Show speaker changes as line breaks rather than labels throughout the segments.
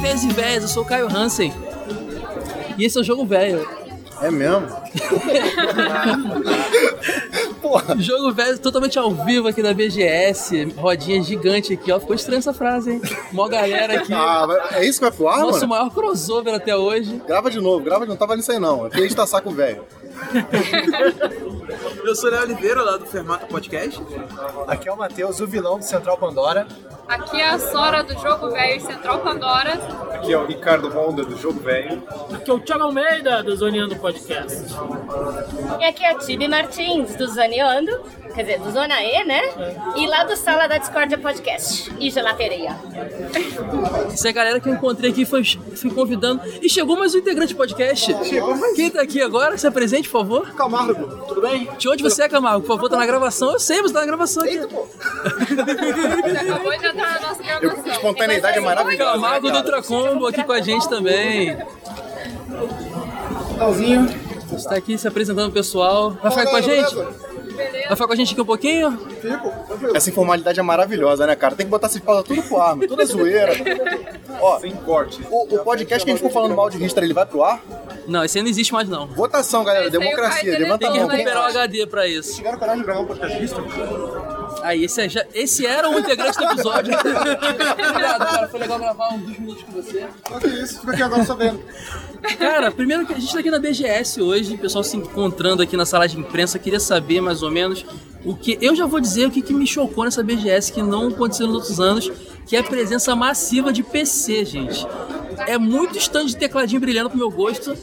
vezes velhos, eu sou o Caio Hansen. E esse é o jogo velho.
É mesmo? Porra.
Jogo velho totalmente ao vivo aqui da BGS, rodinha gigante aqui, ó. Ficou estranha essa frase, hein? Mó galera aqui.
Ah, é isso que vai pro ar,
Nosso
mano?
maior crossover até hoje.
Grava de novo, grava de novo. Não tava nisso aí não. É porque a gente tá saco velho.
Eu sou o Léo Oliveira, lá do Fermata Podcast.
Aqui é o Matheus, o vilão do Central Pandora.
Aqui é a Sora do Jogo Velho e Central Pandora.
Aqui é o Ricardo Honda do Jogo Velho.
Aqui é o Thiago Almeida do Zoneando Podcast.
E aqui é a Tibi Martins do Zoneando, quer dizer, do Zona E, né? E lá do Sala da Discordia Podcast e Gelateria.
Essa galera que eu encontrei aqui foi, fui convidando. E chegou mais um integrante do podcast. Chegou mais. Quem tá aqui agora? Se apresente, por favor.
Camargo, tudo bem?
De onde você é, Camargo? Por favor, tá na gravação. Eu sei, você tá na gravação aqui.
Acabou de entrar na nossa gravação.
Espontaneidade é maravilhosa. né,
Camargo do
cara?
Tracombo aqui com a gente também.
Talzinho.
Está aqui se apresentando pro pessoal. Vai ficar com a gente? Vai ficar com a gente aqui um pouquinho?
Essa informalidade é maravilhosa, né, cara? Tem que botar essas pautas tudo pro ar, mano. Toda zoeira. Ó,
Sem corte.
o, o podcast que a gente ficou falando mal de Richter, ele vai pro ar?
Não, esse aí não existe mais não.
Votação, galera.
Esse aí o
Democracia.
Caio né?
Levanta
Tem
a
que
mão. Quem-
recuperar o HD pra isso.
Tiveram coragem de gravar um podcast disso?
Aí, esse, é já- esse era o integrante do episódio. Obrigado, cara. Foi legal gravar uns dois minutos com você.
Olha isso, fica aqui agora sabendo.
Cara, primeiro que a gente tá aqui na BGS hoje, o pessoal se encontrando aqui na sala de imprensa, eu queria saber mais ou menos o que. Eu já vou dizer o que, que me chocou nessa BGS que não aconteceu nos outros anos, que é a presença massiva de PC, gente. É muito stand de tecladinho brilhando pro meu gosto.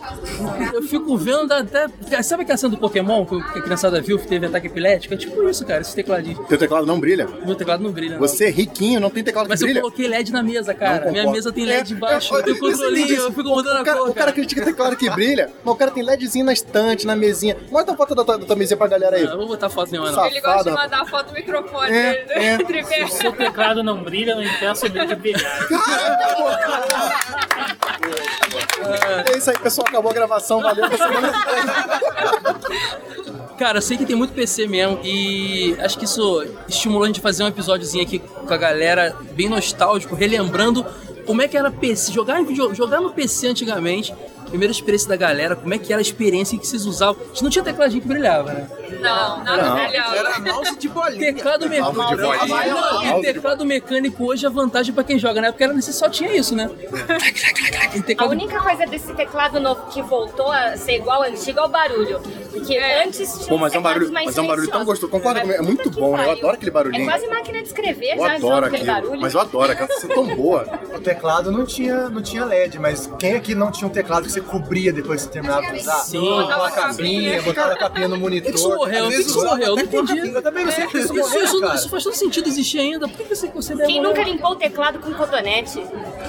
Eu fico vendo até. Sabe aquela cena do Pokémon que a criançada viu que teve ataque epilético? É tipo isso, cara, esses tecladinhos.
Teu teclado não brilha?
Meu teclado não brilha. não.
Você é riquinho, não tem teclado
Mas
que
eu
brilha?
coloquei LED na mesa, cara.
Não
Minha
concordo.
mesa tem LED
É,
baixo, eu tenho
eu- eu- eu sei
controlinho,
disso.
eu fico mudando
o
a
cara,
cor,
O cara
cara.
critica teclado que brilha, mas o cara tem LEDzinho na estante, na mesinha. Mostra a foto da tua, da tua mesinha pra galera aí.
Não, eu vou botar foto nenhuma, não.
Safado.
Ele gosta de
Safada.
mandar a foto do microfone
É,
dele, do
é.
Triver.
Seu teclado não brilha, não impeça o meu de brilhar.
É isso aí, pessoal. Acabou a gravação. Valeu. até semana que vem.
Cara, eu sei que tem muito PC mesmo e acho que isso estimulou a gente a fazer um episódiozinho aqui com a galera, bem nostálgico, relembrando como é que era PC, jogar, em video- jogar no PC antigamente, primeira experiência da galera, como é que era a experiência o que vocês usavam. A gente não tinha tecladinho que brilhava, né?
Não, nada
Era
melhor.
mouse de bolinha.
Teclado
Alvo de
mecânico.
voz.
Não,
Alvo
E
de
teclado mecânico hoje é vantagem pra quem joga, né? Porque era nesse só tinha isso, né? E
A
teclado
única coisa desse teclado novo que voltou a ser igual ao antigo é o barulho. Porque antes tinha
Pô,
uns
mas é um
teclados
barulho-
mais
mas é um barulho tão
silenciosos.
gostoso. Concorda comigo? É muito
puta que
bom, né? Eu
pariu.
adoro aquele barulhinho.
É quase máquina de escrever
Eu
já, junto
adoro
aquele
aquilo.
barulho.
Mas eu adoro. Aquela sensação tão boa.
O teclado não tinha, não tinha LED, mas quem aqui não tinha um teclado que você cobria depois que você terminava de usar?
Sim.
Botava a capinha, botava a capinha no monitor.
Isso morreu,
Às vezes
isso morreu,
até
não
com a
entendi. É,
capinha. Eu também não sei que isso
É,
isso,
morreu,
isso-
cara.
isso faz todo sentido existir ainda. Por que que você considera um
Quem nunca limpou o teclado com cotonete?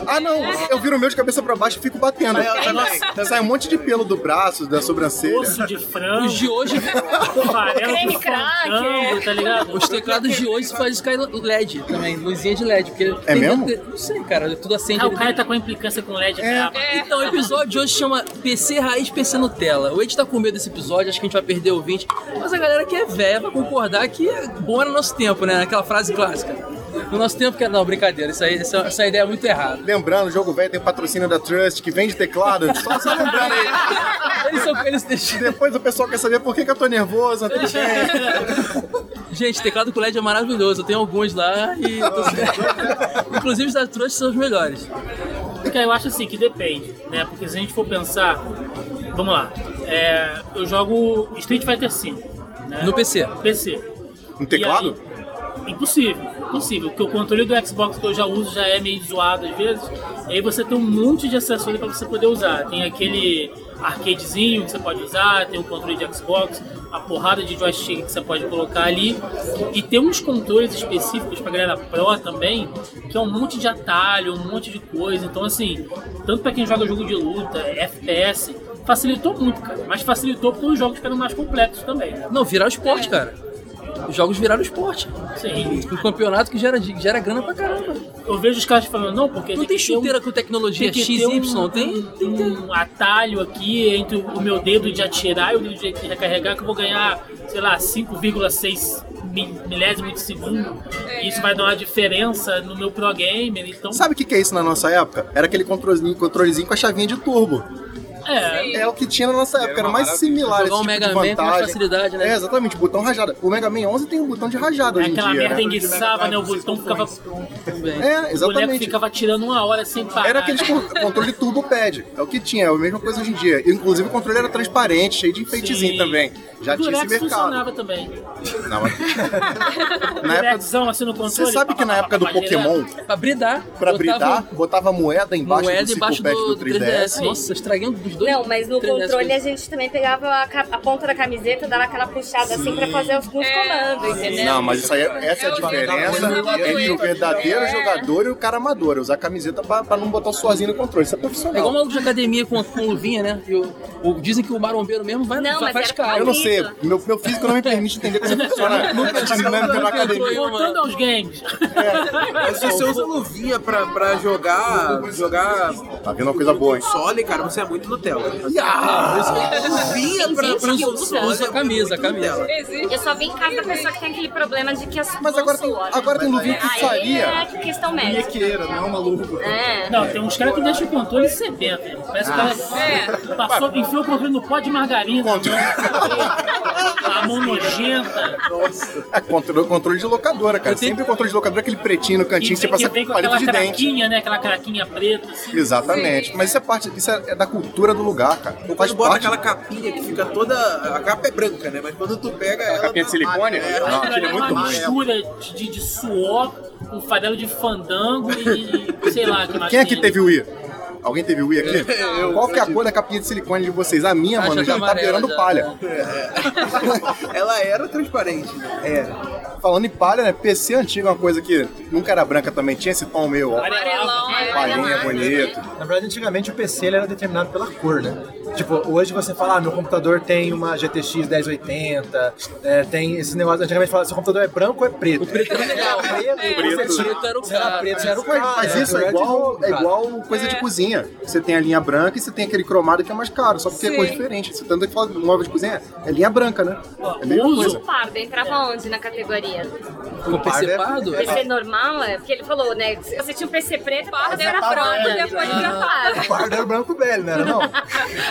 Ah, não. Eu viro o meu de cabeça pra baixo e fico batendo.
É,
Sai um monte de pelo do braço, da sobrancelha.
Osso de frango,
os de hoje
farelo
Creme
de
cracker.
frango, tá ligado?
Os teclados de hoje fazem isso cair LED também, luzinha de LED. Porque
É mesmo?
Não sei, cara, tudo acende.
Ah, o
ele-
cara tá com implicância com LED é.
Então, o episódio de hoje chama PC Raiz PC Nutella. O Ed tá com medo desse episódio, acho que a gente vai perder o 20. Mas a galera que é velha vai concordar que é bom era no nosso tempo, né? Aquela frase clássica. No nosso tempo que é. Não, brincadeira, isso aí, essa, essa ideia é muito errada.
Lembrando, o jogo velho tem patrocínio da Trust, que vende teclado. Só, só lembrando aí.
Eles são. Eles deixam...
Depois o pessoal quer saber por que, que eu tô nervoso. eu tô cheio.
Gente, teclado com LED é maravilhoso. Eu tenho alguns lá e. Inclusive os da Trust são os melhores.
Cara, eu acho assim que depende, né? Porque se a gente for pensar, vamos lá, é, eu jogo Street Fighter V né?
No PC.
PC.
Um teclado?
E aí- impossível, impossível, porque o controle do Xbox que eu já uso já é meio zoado às vezes. E aí você tem um monte de acessório para você poder usar. Tem aquele arcadezinho que você pode usar, tem o controle de Xbox, a porrada de joystick que você pode colocar ali. E tem uns controles específicos para galera Pro também, que é um monte de atalho, um monte de coisa. Então, assim, tanto para quem joga jogo de luta, FPS, facilitou muito, cara. Mas facilitou porque os jogos ficaram mais complexos também.
Não, viraram esporte, cara. Os jogos viraram esporte.
Sim.
Um campeonato que gera, gera grana pra caramba.
Eu vejo os caras falando, não, porque.
Não
que
tem
ter um-
chuteira com tecnologia
que
XY,
ter
tem, tem, tem.
um atalho aqui entre o meu dedo de atirar e o dedo de recarregar que eu vou ganhar, sei lá, 5,6 mi- milésimo de segundo. E isso vai dar uma diferença no meu pro gamer. Então,
Sabe o que, que é isso na nossa época? Era aquele controlezinho, controlezinho com a chavinha de turbo.
é.
Sim.
É o que tinha na nossa época, era mais similar a esse
Jogar o
tipo
Mega
de
Man com mais
vantagem.
facilidade, né?
É, exatamente, botão rajada. O Mega Man 11 tem um botão de rajada
É
hoje em
aquela
dia,
merda
né?
enguiçava, né? O botão ficava.
Também.
É,
O boneco
exatamente.
ficava tirando uma hora sem parar.
Era aquele controle turbo pad. É o que tinha, é a mesma coisa hoje em dia. Inclusive o controle era transparente, cheio de enfeitezinho
Sim.
também. Já
o
tinha esse
Durex
mercado.
funcionava também.
Não, mas- na época,
Durexão, assim no controle.
você sabe que na época do Pokémon,
Pra bridar.
pra
botava
bridar, botava moeda embaixo
Moeda
do
embaixo
ciclopad
do,
do,
do
3DS.
3DS. Nossa, estraguei um dos dois.
Não, mas no
3DS.
controle é a gente também pegava a, ca- a ponta da camiseta, dava aquela puxada assim pra fazer alguns comandos, entendeu?
Não, mas isso aí, é- essa é a
Eu usava
diferença
muito
entre
isso.
o verdadeiro
É.
jogador e o cara amador. É Usar a camiseta pra, pra não botar o suazinho no controle. Isso é
É igual o
profissional.
maluco de academia com, com luvinha, né? E o- o- dizem que o marombeiro mesmo vai,
Não,
vai
mas
faz
era com
cara.
Eu não sei,
Isso.
meu, meu físico não me permite entender como é funciona a dinâmica na academia.
Voltando aos games.
Mas se você usa luvinha pra, pra jogar, jogar
Tá vendo uma coisa boa, hein?
console, cara, você é muito Nutella.
Ah!
Luvinha
Tem
pra,
gente
pra
que usa.
console.
Usa a
é
camisa,
muito
a camisa.
Nutella.
Existe.
Eu só vim em casa da pessoa que tem aquele problema de que as
Mas agora tem, agora tem luvinha que
Aí é
faria.
que questão médica.
Queira, não é uma luva.
É.
Não, tem uns caras que deixam o controle sedento. né? Parece que o cara passou, enfiou o controle no pó de margarina. né? A mão nojenta.
É controle, controle de locadora, cara.
Eu tenho-
Sempre o controle de locadora é aquele pretinho no
E
cantinho que você
tem que
passa
vem
com
com
palito
aquela
de dente.
craquinha, né? Aquela craquinha preta, assim.
Exatamente. Mas isso é parte, isso é, é da cultura do lugar, cara. Faz
Quando bota
parte.
aquela capinha que fica toda. A capa é branca, né? Mas quando tu pega ela.
capinha de
tá-
silicone?
É,
Não,
Aquilo
aquilo é
ali é
muito
uma
ruim.
mistura de, de suor com farelo de fandango e sei lá o que mais
Quem aqui
tem.
teve o I? Alguém teve o I aqui? Qual que é a cor da capinha de silicone de vocês? A minha,
Ah,
mano,
já tá
já tá
amarela,
beirando
já.
palha. Ah.
ela era transparente. né? Era.
Falando em palha, né? PC antigo é uma coisa que nunca era branca também, tinha esse tom meio ó,
Amarelão, é.
palhinha bonito.
Na verdade, antigamente o PC ele era determinado pela cor, né? Tipo, hoje você fala, ah, meu computador tem uma GTX 1080, é, tem esses negócios. Antigamente falava, seu computador é branco ou é preto? O
Então,
preto era legal.
Preto. né? Preto
um
era o
Se era
cara.
preto, já era o
Mas,
cara.
mas
né?
isso é
Era de
igual,
novo,
é
cara.
igual coisa de cozinha. Você tem a linha branca e você tem aquele cromado que é mais caro, só porque é coisa
Sim.
diferente. Você tanto que fala de móvel de cozinha, é linha branca, né? É a mesma
uso.
coisa.
Pardo entrava onde na categoria?
Com PC pardo? é-
PC normal é? Porque ele falou, né? que Você tinha um PC preto,
Pardo era
tava
pronto,
velho,
depois
né?
já tava.
O pardo era o branco velho, né? Era Não.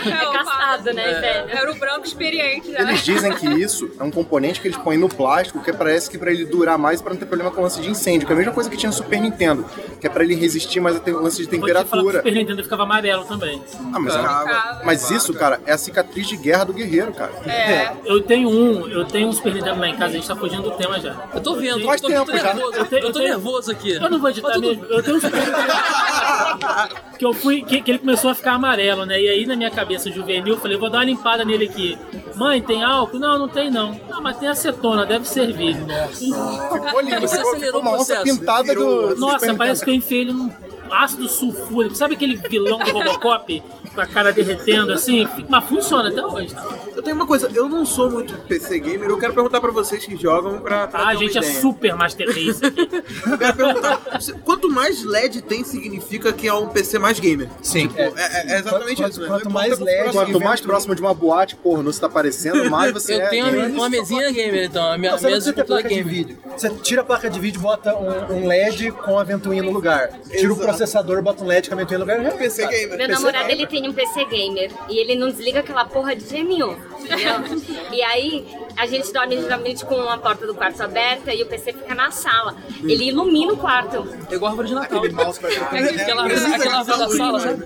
Não,
Gastado, né,
É.
para.
velho?
Era o branco experiente já.
Eles dizem que isso é um componente que eles põem no plástico, que parece que pra ele durar mais pra não ter problema com lance de incêndio, que é a mesma coisa que tinha no Super Nintendo, que é pra ele resistir mais a ter- lance de
Quando você fala que o
temperatura.
Super Nintendo ficava amarelo também.
Ah, mas, é uma-
Ficava.
mas isso, cara, é a cicatriz de guerra do guerreiro, cara.
É.
Eu tenho um, eu tenho um Super Nintendo lá em casa, a gente tá fugindo do tema já.
Eu tô vendo,
Faz
eu tô, eu tô
tempo já.
nervoso.
Eu tenho-
eu tô
eu tenho-
nervoso aqui.
Eu não vou editar
Mas tudo
mesmo. Eu tenho um Super Nintendo que eu fui, que, que ele começou a ficar amarelo, né? E aí na minha cabeça juvenil, eu falei, vou dar uma limpada nele aqui. Mãe, tem álcool? Não, não tem não. Ah, mas tem acetona, deve servir.
Ficou lindo,
Você
ficou,
acelerou
ficou uma
o
onça
processo.
pintada do. do
Nossa,
Super
parece
Nintendo.
que eu enfiei ele num ácido sulfúrico. Sabe aquele vilão do Robocop? Com a cara derretendo assim? Mas funciona até hoje.
Eu tenho uma coisa, eu não sou muito PC gamer, eu quero perguntar pra vocês que jogam pra. pra
Ah, a
ter uma
gente é
ideia.
super Master Race.
Eu quero perguntar, se- quanto mais LED tem, significa que é um PC mais gamer.
Sim.
É, é- é exatamente
Quanto-
isso. né?
quanto
Não
mais
importa
LED,
o próximo
Quanto mais
evento-
próximo de uma boate pornô você tá parecendo, mais você
Eu
é.
tenho um uma-
gamer.
uma mesinha gamer, então. A minha
Não, você não
mesa
precisa
de
ter
computador
placa de
gamer.
vídeo. Você tira a placa de vídeo, bota um, um LED com a ventoinha no lugar. Tira o
Exato.
processador, bota um LED com a ventoinha no lugar. Já é
PC gamer.
Meu namorado, ele tem um PC gamer e ele não desliga aquela porra de jeito nenhum, entendeu? e aí, a gente dorme geralmente com a porta do quarto aberta e o PC fica na sala. Ele ilumina o quarto.
É igual a árvore de Natal. Aquela
Precisa
aquela árvore da
gastar
sala,
luz,
sabe?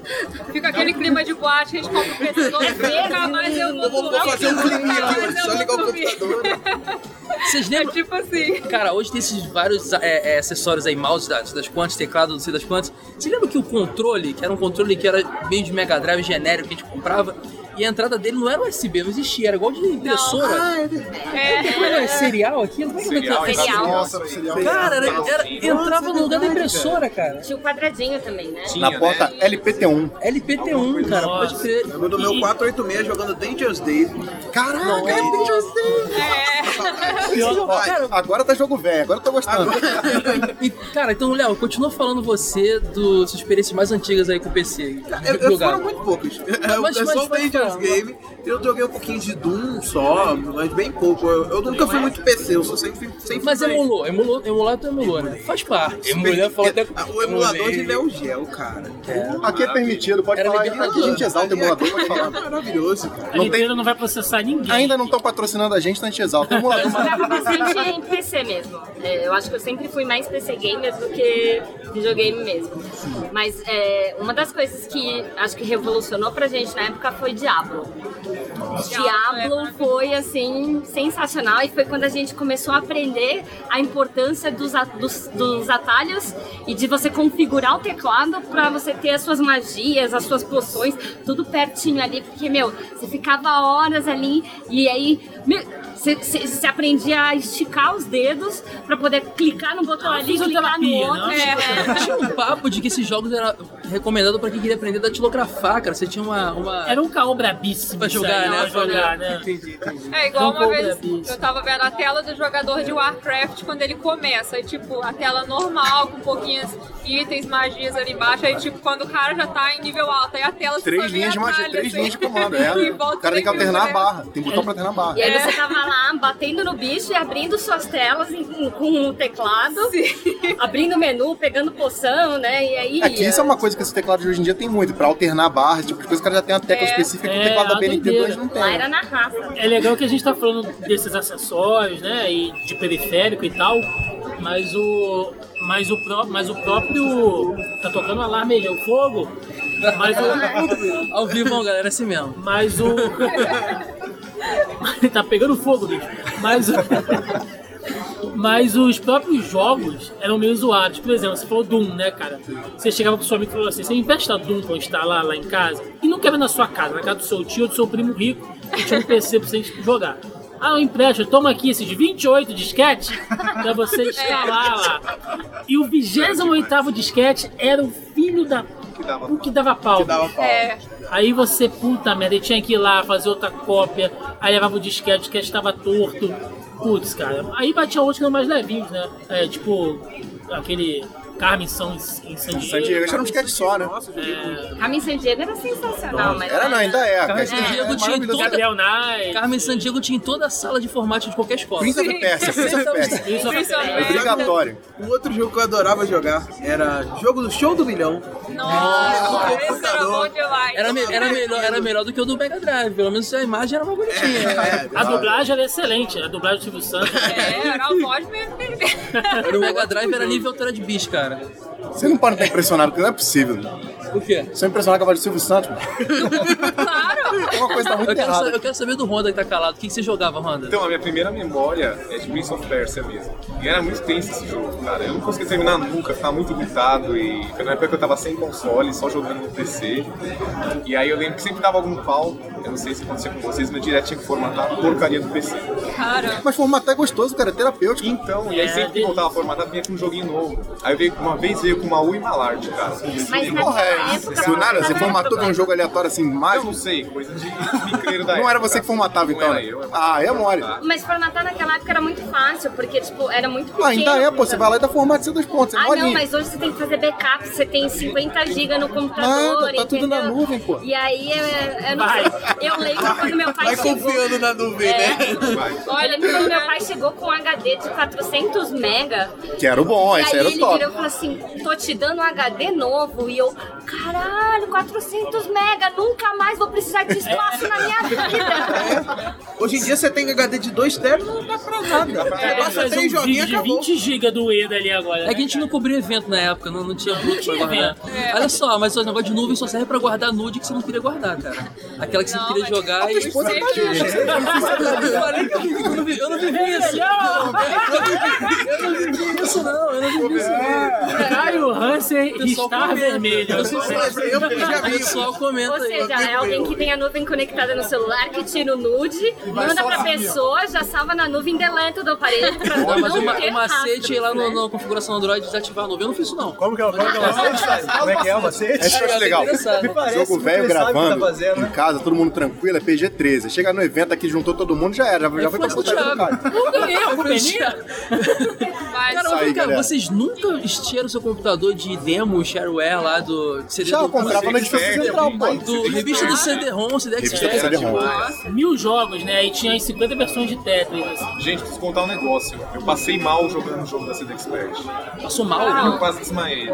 Fica aquele clima de boate, a gente compra o preço novo, nunca mais eu vou
Vou, vou fazer um climinha aqui,
Nunca mais
mas
eu
só
vou
ligar o
dormir.
computador.
Vocês
É
lembram?
tipo assim.
Cara, hoje tem esses vários é, é, acessórios aí, mouse das, das quantas, teclado, não sei das quantas. Você lembra que o controle, que era um controle que era meio de Mega Drive genérico que a gente comprava, e a entrada dele não era um USB, não existia, era igual de impressora.
É.
Não era serial aqui? Como é que
Serial,
era?
serial.
Nossa, seria um
Cara, era, era- entrava no lugar da impressora, cara.
Tinha o quadradinho também, né?
é
Na porta LPT1.
LPT1, cara, pode crer.
Eu no meu 486 jogando Dangerous Days.
Caraca, LPT1.
Cara,
Agora tá jogo velho, agora eu tô gostando.
E, cara, então, Léo, continua falando você das suas experiências mais antigas aí com o PC.
Eu, eu foram muito poucos. Eu,
mas
eu sou o
pode
Dangerous
falar.
Game. Eu joguei um pouquinho de Doom só, mas bem pouco. Eu, eu nunca fui muito PC, eu sou sempre, sempre
Mas
mais-
emulou, emulou, emulou, tu emulou, né? Faz parte. Emulou, falou até
Ah, O emulador de
Emulei.
Neo Geo, cara.
Aqui é permitido, pode
Era
falar.
liberado.
Aqui a
né?
gente exalta o emulador, pode
É
falar.
maravilhoso, cara.
A Nintendo não vai processar ninguém.
Ainda não estão patrocinando a gente, então a gente exalta o emulador.
Jogava bastante em PC mesmo. É, eu acho que eu sempre fui mais PC gamer do que videogame mesmo. Mas é, uma das coisas que acho que revolucionou pra gente na época foi Diablo. Diablo foi assim sensacional e foi quando a gente começou a aprender a importância dos, a- dos- dos atalhos e de você configurar o teclado pra você ter as suas magias, as suas poções, tudo pertinho ali, porque meu, você ficava horas ali e aí meu, você- você você aprendia a esticar os dedos pra poder clicar no botão ali, clicar no
fisioterapia,
outro.
né?
É,
Tinha um papo de que esses jogos era recomendado pra quem queria aprender a datilografar, cara. Você tinha uma. uma...
Era um caô brabíssimo.
Pra
isso
jogar,
aí,
né?
Pra jogar, né?
Entendi, entendi.
É igual
Não
uma vez
coube a
eu tava vendo a tela do jogador de Warcraft quando ele começa, aí, tipo, a tela normal, com pouquinhos itens, magias ali embaixo, aí tipo, quando o cara já tá em nível alto, aí a tela só
Três
vem
linhas de magia,
atrás,
três
assim.
linhas de comando, é.
E
O
volta
cara tem que
sempre né?
alternar a
pro
barra, tem botão pra alternar a barra.
E aí você tava lá batendo no bicho e abrindo suas telas em- com, com o teclado, abrindo o menu, pegando poção, né? E aí.
É que isso é uma coisa que esse teclado de hoje em dia tem muito, pra alternar barra, esse tipo de coisa, o cara já tem uma tecla
É.
específica que o
É,
teclado da
a
BNT2
doideira.
não tem.
Lá era na raça.
É legal que a gente tá falando desses acessórios, né? E de periférico e tal, mas o. Mas o, pró, mas o próprio. Tá tocando alarme aí, é o fogo. Mas o.
Ao vivo, bom, galera, é assim mesmo.
Mas o. tá pegando fogo, bicho. Mas o. Mas os próprios jogos eram meio zoados. Por exemplo, você falou Doom, né, cara? Você chegava pro seu amigo e falou assim: você me empresta Doom pra eu instalar lá em casa? E não quebra na sua casa, na casa do seu tio ou do seu primo rico, que tinha um PC pra você jogar. Ah, eu empresto, toma aqui esses 28 disquetes pra você instalar lá. E o 28 disquete era o filho da. O que dava pau.
Que dava pau.
É,
Aí você, puta merda, ele tinha que ir lá fazer outra cópia, aí levava o disquete, o disquete estava torto. Putz, cara. Aí batia outros que eram mais levinhos, né? É, tipo, aquele Carmen São em em San Diego.
San Diego, acho que era um disquete só, né?
Nossa, joguei muito.
Caminho San Diego era sensacional, mas.
Era não, ainda é. cara.
San Diego
É
tinha
maravilhoso.
toda-
Gabriel Knight.
Carmen Sandiego tinha em toda a sala de informática de qualquer escola.
Prince of Persia,
é
Prince
é
of Persia.
Isso,
Prince of Persia.
Obrigatório.
Um outro jogo que eu adorava jogar era jogo do show do milhão.
nossa, esse era bom demais.
Era, me- era, melhor, era melhor do que o do Mega Drive, pelo menos a imagem era mais
É,
bonitinha.
A dublagem era excelente, a dublagem do Silvio Santos.
É, era o voz mesmo.
O Mega Drive era nível Tora de Bis, cara.
Você não pode estar impressionado, porque não é possível. Você
Por quê?
é impressionado com a voz do Silvio Santos, mano.
Claro,
Uma coisa tá muito
Eu quero, sa-
errada.
eu quero saber do Honda que tá calado. O que, que você jogava, Honda?
Então, a minha primeira memória é de Prince of Persia mesmo. E era muito tenso esse jogo, cara. Eu não consegui terminar nunca, tava muito lutado e foi na época que eu tava sem console, só jogando no PC. E aí eu lembro que sempre dava algum pau, eu não sei se acontecia com vocês, mas direto tinha que formatar a porcaria do PC.
cara.
Mas formatar é gostoso, cara, é terapêutico.
Então, e
É,
aí sempre que voltava a formatar, vinha com um joguinho novo. Aí veio, uma vez veio com uma U e Malart, cara.
Mas
Eu
naquela
Porra, é.
época.
Do nada, você
não era
formatou de um jogo aleatório assim,
não
mágico.
sei, coisa de micreiro da
Não era
época.
você que formatava,
Não
então,
era
né?
eu, era
Ah, é mole.
formatar.
Mas formatar naquela época era muito fácil, porque, tipo, era muito pequeno.
Ah, ainda é, pô, você vai lá e dá formato de dois pontos, é
Ah, não,
molinho.
mas hoje você tem que fazer backup, você tem 50 GB no computador,
Nada, tá tudo na
entendeu?
nuvem, pô.
E aí, eu, eu não
Vai.
sei. Eu lembro quando meu pai
Vai
chegou. É.
confiando na nuvem, né?
Olha, quando meu pai chegou com um HD de 400 mega,
Que era o bom,
e
esse
aí
era
ele
o top.
virou e falou assim, tô te dando um HD novo. E eu, caralho, 400 mega, nunca mais vou precisar de espaço na minha vida.
Hoje em dia você tem HD de 2 teras, não dá pra nada. Você
Ele
baixa
faz um
três
vídeo
joguinhos e
de
acabou.
20 GB do EDA ali agora.
É que a
né?
gente não cobria evento na época, não, não tinha grupo pra
tinha
guardar. Olha só, mas o negócio de nuvem só serve pra guardar nude que você não queria guardar, cara. Aquela que você
Não,
queria
mas-
jogar e.
Sempre
né?
era-
Eu falei que eu não- eu não vi- eu não vivi isso. Eu não vivi isso, não. Eu não vivi isso.
Caralho, o Hansen
pessoal
está
comenta.
vermelho.
Eu sou-
Eu já
O
vi.
pessoal comenta
Ou
aí.
seja, é alguém que tem a nuvem conectada no celular, que tira o nude, manda pra pessoa, já salva na nuvem e deleta do aparelho pra
Não, mas
não
uma,
ter
o macete
rastro.
é ir lá no- na configuração Android desativar a nuvem. Eu não fiz isso, não. Tá
Como que é o como que é o macete? Como é que é o macete?
Esse que eu acho legal.
Engraçado.
Me parece
Jogo
que
velho
ele sabe o que tá
gravando
fazendo, né?
em casa, todo mundo tranquilo, é PG-13. Chega no evento aqui, juntou todo mundo, já era, já, já foi pra
Influência do
putaria do
Thiago.
cara.
Não ganhei, eu fui pro Thiago.
é. Mas,
Cara, eu
Isso aí,
falei, cara,
galera.
Vocês nunca encheram seu computador de demo, shareware lá do CD
Já,
do
eu comprava na
do-
é Difícil Central, pô.
do revista do CD-ROM,
Revista do
CD-Expert.
CD-ROM.
Mil jogos, né? E tinha as 50 versões de Tetris. assim.
Gente, preciso contar um negócio. Eu passei mal jogando o jogo da CD Expert.
Passou
Eu
mal?
quase desmaiei.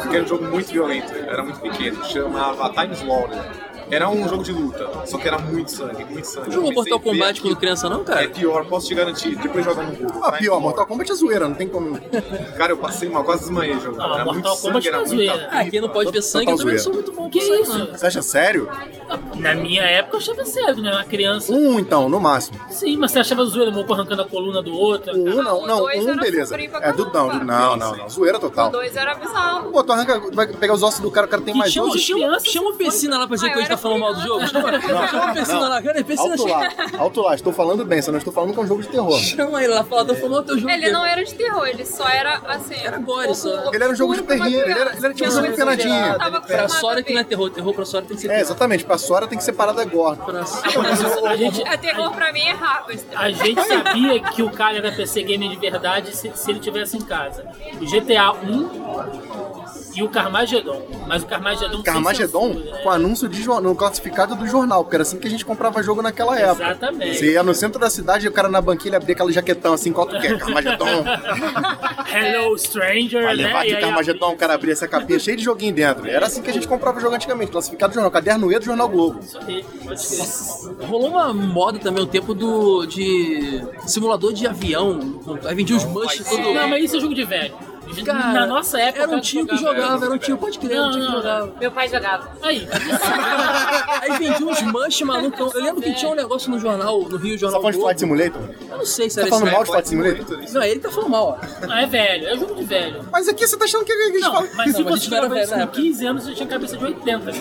Porque era um jogo muito violento, eu era muito pequeno, chamava Times Warrior. Era um jogo de luta, só que era muito sangue, muito sangue.
Não jogou
Eu comecei
Mortal
a ver
Kombat
aquilo.
quando criança não,
É
cara?
pior, posso te garantir. Depois joga no Google.
Ah,
Times
pior,
Warrior.
Mortal Kombat é zoeira, não tem como.
Cara, eu passei mal, quase desmaiei jogando.
Ah,
era
Mortal
muito
Kombat
sangue, era
não é
muita...
zoeira.
Ah, quem não pode ver sangue, eu
Total
também não
zoeira.
sou muito bom
Que
com sangue,
isso?
não.
Você acha sério?
Na minha época eu achava sério, né? Uma criança.
Um, então, no máximo.
Sim, mas você achava zoeira, um arrancando a coluna do outro.
Um, não,
o
não,
dois
um,
era
beleza.
sombrio pra
É do não,
caramba.
não, não, não. Zoeira
O
total.
2 era bizarro.
Pô, tu arranca, vai pegar os ossos do cara, o cara tem
Que
mais
chama,
hoje
doze.
chama,
um criança
chama o Pessina lá pra dizer
Ah,
que a gente
eu
tá
era
falando mal do jogo. Chama, chama o Pessina lá, cara. Pessina,
Alto lá,
chama,
alto lá, estou falando bem, só não estou falando que é um jogo de terror.
chama ele lá. Fala, tô falando teu jogo.
Ele não era de terror, ele só era assim.
Era gore,
um
só.
pouco
Ele era um jogo de
obscuro pra uma
terror, ele era-
criança.
ele era tipo
Tinha
um jogo de
coisas que eu não
peladinha.
tava
Pra
acostumada
Sora
a
que não é
ver.
terror. Terror pra Sora tem que ser
É,
terror.
exatamente, pra Sora tem que ser parada gore.
Pra Sora.
assim,
A gente,
né?
É terror pra mim é rápido.
a gente sabia que o cara era PC gamer de verdade se, se ele tivesse em casa. O GTA 1 e o Carmageddon. Mas o Carmageddon. sem
Carmageddon
censura, né?
com anúncio de jornal, no classificado do jornal, porque era assim que a gente comprava jogo naquela época.
Exatamente.
Você ia no centro da cidade e o cara na banquilha abria aquele jaquetão assim, qual tu quer? Carmageddon.
Hello, Stranger,
Vai
né?
levar
E
aqui
aí,
Carmageddon, o cara abria essa capinha cheia de joguinho dentro. Era assim que a gente comprava jogo antigamente, classificado do jornal, caderno E do Jornal Globo.
ah, isso aí, pode ser.
Rolou uma moda também o tempo do de simulador de avião. Aí vendia os manches todo.
Não, mas isso é jogo de velho.
Cara,
Na nossa época.
Era um
eu
tio que jogava, era um tio, pode crer, era um
Não,
tio que
não,
jogava.
Meu pai jogava.
Aí,
Aí vendia uns manches malucão. Eu lembro que tinha um negócio no jornal, no Rio
Só
Jornal
Tá falando de
Globo.
Flight Simulator?
Eu não sei se
Tá
era
falando
esse.
mal de Flight Simulator?
Não, ele tá falando mal, ó.
não é velho, é jogo de velho.
Mas aqui você tá achando que a gente
Não,
fala...
mas se
Não, mas
você
era
jogava
velho
isso
na
com
época.
15 anos, você tinha cabeça de 80.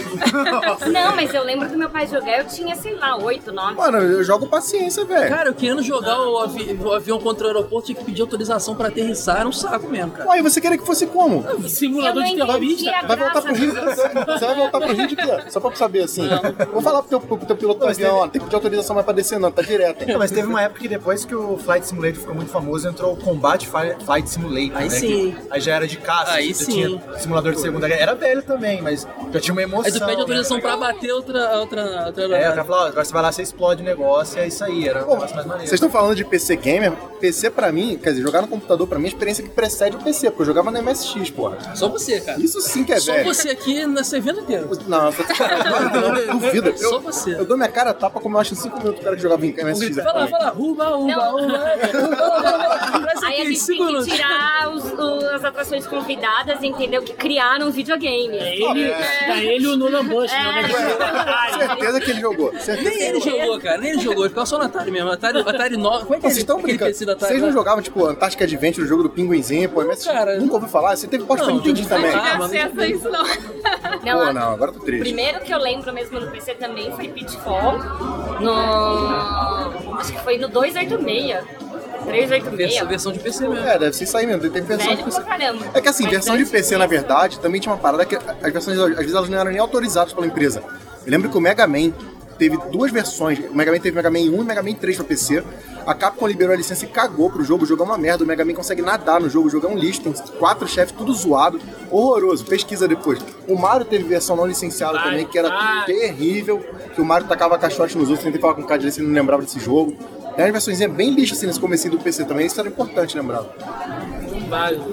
Não, mas eu lembro do meu pai jogar, eu tinha, sei lá, oito, nove.
Mano, eu jogo paciência, velho.
Cara, eu querendo jogar o, avi- o avião contra o aeroporto, tinha que pedir autorização pra aterrissar, era um saco mesmo, cara.
Ué, e você queria que fosse como?
Eu
Simulador
não
de tá?
entendi
terrorista.
a
Vai voltar
graça.
pro Rio. Você vai voltar pro Rio de quê? Só pra eu saber assim. Vou falar pro teu, pro teu piloto do avião, ó, tem que pedir autorização mais pra descer, não, tá direto. hein?
Não, mas teve uma época que É depois que o Flight Simulator ficou muito famoso, entrou o Combat Fi- Flight Simulator.
Aí
né,
sim.
que aí já era de caça,
Aí
já
sim.
tinha simulador de Segunda Guerra. Era velho também, mas já tinha uma emoção.
Aí tu pede autorização
né?
pra bater outra. outra, outra
É, o cara falou, ó, agora você vai lá, você explode o negócio, e é isso aí, era um
Pô,
negócio mais maneiro.
Vocês estão falando de PC gamer? PC pra mim, quer dizer, jogar no computador pra mim é a experiência que precede o PC, porque eu jogava no MSX, porra.
Só você, cara.
Isso sim que é
Só
velho.
você aqui nesse evento inteiro.
Não, você tá falando, não, duvida.
Só
Eu-
você.
Eu dou minha cara a tapa como eu acho em 5 minutos o cara que jogava em MSX.
Vai lá, vai lá, ruba, uba,
Não.
uba. Vai lá, vai lá, Traz
Aí a
aqui em
gente
cinco
tem que
minutos.
tirar os- o- as atrações convidadas, entendeu? Que criaram um videogame.
É ele, é ele e o Nolan Bush, né? O negócio de Atari.
Certeza que ele jogou. Certeza
Nem
que
ele jogou, cara, nem ele jogou. Ele ficava só no Atari mesmo. Atari, Atari 9. Como é que
Pô,
é
vocês estão
aquele
brincando.
PC do Atari?
Vocês não
lá?
jogavam, tipo, Antarctic Adventure, o jogo do pinguinzinho, pô, MSX?
cara.
Nunca ouviu falar? Você teve posta
Não,
Nintendo
não
também.
tem
Não
mas-
tinha acesso a isso, não.
Não,
Pô,
a-
não, é agora eu tô
O
triste.
primeiro que eu lembro mesmo no PC também foi Pitfall. No. Acho que foi no 286. 386.
Versão, versão de PC mesmo.
É, deve ser isso aí mesmo, deve ter versão de
Velho pra
PC.
caramba.
É que assim,
Mas
versão de
antes
PC, na
disso-
verdade, também tinha uma parada que as versões, às vezes, elas não eram nem autorizadas pela empresa. Eu lembro que o Mega Man teve duas versões. O Mega Man teve Mega Man 1 e Mega Man 3 pra PC. A Capcom liberou a licença e cagou pro jogo. O jogo é uma merda. O Mega Man consegue nadar no jogo. O jogo é um lixo. Tem quatro chefes, tudo zoado. Horroroso. Pesquisa depois. O Mario teve versão não licenciada
Vai,
também, que era
vai.
terrível. Que o Mario tacava caixote nos outros. Tentei falar com o cara direito, ele não lembrava desse jogo. Era uma versões bem lixo assim nesse comecinho do PC também. Isso era importante lembrar.
Vários.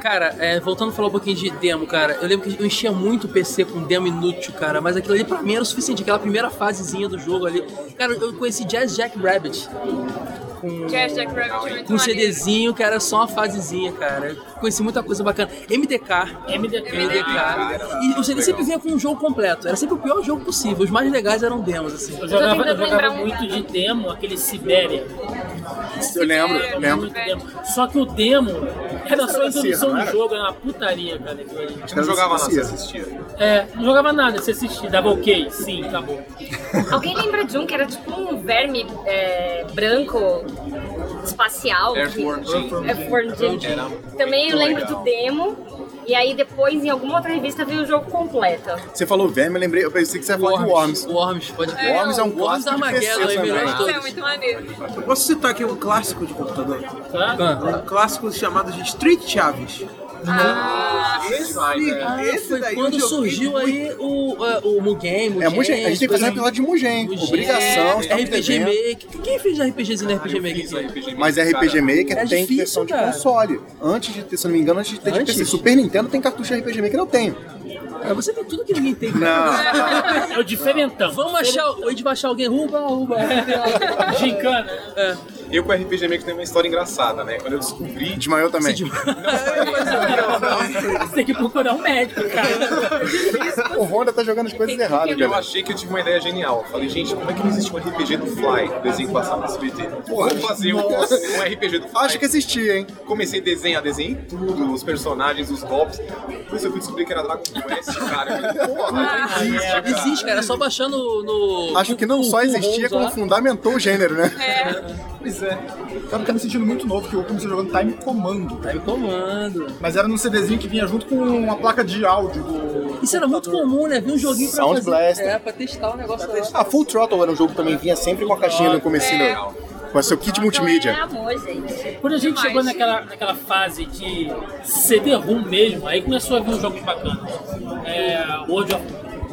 Cara, é, voltando a falar um pouquinho de demo, cara, eu lembro que eu enchia muito o PC com demo inútil, cara, mas aquilo ali pra mim era o suficiente, aquela primeira fasezinha do jogo ali. Cara, eu conheci Jazz Jack Rabbit,
Jazz Jack Rabbit é muito
Hum. um
maneiro.
CDzinho que era só uma fasezinha, cara. Eu conheci muita coisa bacana. MDK.
É.
MDK.
É.
MDK. E o CD sempre vinha com um jogo completo, era sempre o pior jogo possível, os mais legais eram demos, assim.
Eu
tentando
jogava, eu jogava
lembrar um-
muito de demo, aquele Sibéria.
Eu lembro,
É,
lembro.
Muito demo. Só que o demo era só a introdução
não
do
era?
jogo, era uma putaria, cara. aquilo ali.
A gente não jogava nada, você
Assistia.
assistia.
É, não jogava nada, você assistia, dava ok, sim, acabou.
Alguém lembra de um que era tipo um verme é, branco espacial? É que-
Earthworm Jim.
Earthworm Jim.
Era
Também eu
muito
lembro
legal.
do demo. E aí depois, em alguma outra revista, veio o jogo completo.
Você falou verme, eu lembrei, eu pensei que você ia falar de É Worms.
Worms, pode
Worms é um
Worms
clássico de PC
Armageddon, é melhor de
também.
todos.
é muito maneiro.
Eu posso citar aqui um clássico de computador?
Ah,
Um clássico chamado de Street Chaves.
Ah,
Esse, né?
ah,
esse
foi
daí eu
quando
joguei
surgiu
muito.
aí o, é, o Mugen, Mugen,
É Mugen, a gente tem que fazer um
coisa-
episódio de Mugen.
Mugen,
Obrigação,
é,
estamos
RPG
devendo.
Maker. Quem fez RPGzinho na RPG Maker?
Isso aí, RPG
Mas
Maker,
RPG Maker
É
tem
difícil,
versão
cara.
de console. Antes de ter, se eu não me engano, antes de ter de
Antes?
PC. Super Nintendo tem cartucho de RPG Maker, eu tenho.
Ah, Você tem tudo que ninguém tem.
É o diferentão.
Vamos achar, o- a gente vai achar alguém, ruba, ruba.
É.
Gincana.
cara, Eu com RPG Maker tem uma história engraçada, né? Quando eu descobri.
De maior
é
também. É,
Você tem que procurar um médico, cara.
O Honda tá jogando as coisas erradas,
Eu
galera.
achei que eu tive uma ideia genial. Eu Falei, gente, como é que não existe um RPG do Fly, desenho que passava no SBT? Vamos fazer um, um RPG do Fly.
Acho que existia, hein?
Comecei a desenhar, desenhei tudo, os personagens, os golpes. Depois eu fui descobrir que era Dragon Quest, cara. Eu falei, Porra, não existe, cara.
Existe, cara, é só baixar no. no-
Acho que não
no-
só
no
existia,
Holmes
como
lá.
fundamentou o gênero, né?
É
Pois é. Cara, tá me sentindo muito novo, que eu comecei jogando Time Commando.
Ah.
Time Comando.
Mas era num CDzinho que vinha junto com uma placa de áudio do.
Isso era muito comum, né? Ver um joguinho pra
Sound
fazer.
Blaster.
É, pra testar o negócio lá.
Ah, Full Throttle era um jogo que também vinha sempre com a caixinha no comecinho.
É.
Com seu kit
Então, é
multimídia.
amor, gente.
Quando a gente
Demais.
chegou naquela, naquela fase de CD-ROM mesmo, aí começou a vir uns jogos bacanas. É, World of...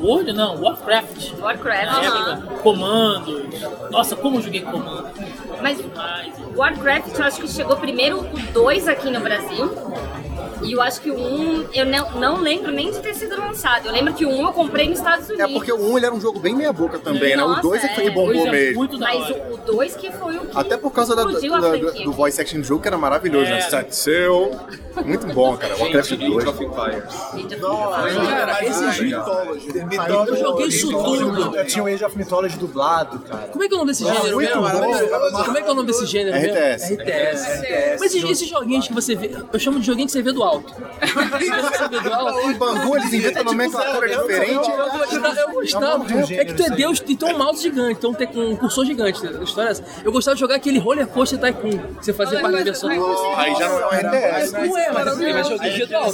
World não, Warcraft. Na
Warcraft.
época, comandos. Nossa, como eu joguei comandos.
Mas
Demais.
Warcraft, eu acho que chegou primeiro o 2 aqui no Brasil. E eu acho que o 1, eu não, não lembro nem de ter sido lançado. Eu lembro que o 1 eu comprei nos Estados
É
Unidos.
porque o 1 ele era um jogo bem meia-boca também, né? O
Nossa,
2 é que foi
é.
que bombou
Pois é,
mesmo.
muito da
Mas
hora.
o 2 que foi o que
Até por causa da-
explodiu
da-
a
do,
franquia.
do voice acting do jogo, que era maravilhoso, né?
É.
Satseu. Muito bom, cara. Warcraft
Gente, Age
2.
of Empires.
Cara, esse
Ah,
jogo.
Mythology.
Eu joguei isso tudo.
Eu tinha o Age of Mythology dublado, cara.
Como é que é o nome desse gênero
muito
mesmo?
bom.
Como é que é o nome desse gênero mesmo?
RTS.
RTS. Mas esses, esses joguinhos que você vê, eu chamo de joguinho que você vê do alto. Você vê do alto.
Em Bangu eles inventam nomenclatura é diferente.
Eu gostava, eu gostava.
de um
É que tu é
gênero,
Deus e tem um mouse gigante, então tem um cursor gigante. né? A história é essa. Eu gostava de jogar aquele roller coaster tycoon, que é você fazia parte da versão.
Aí já não é um RTS.
Não é, mas eu também joguei de alto.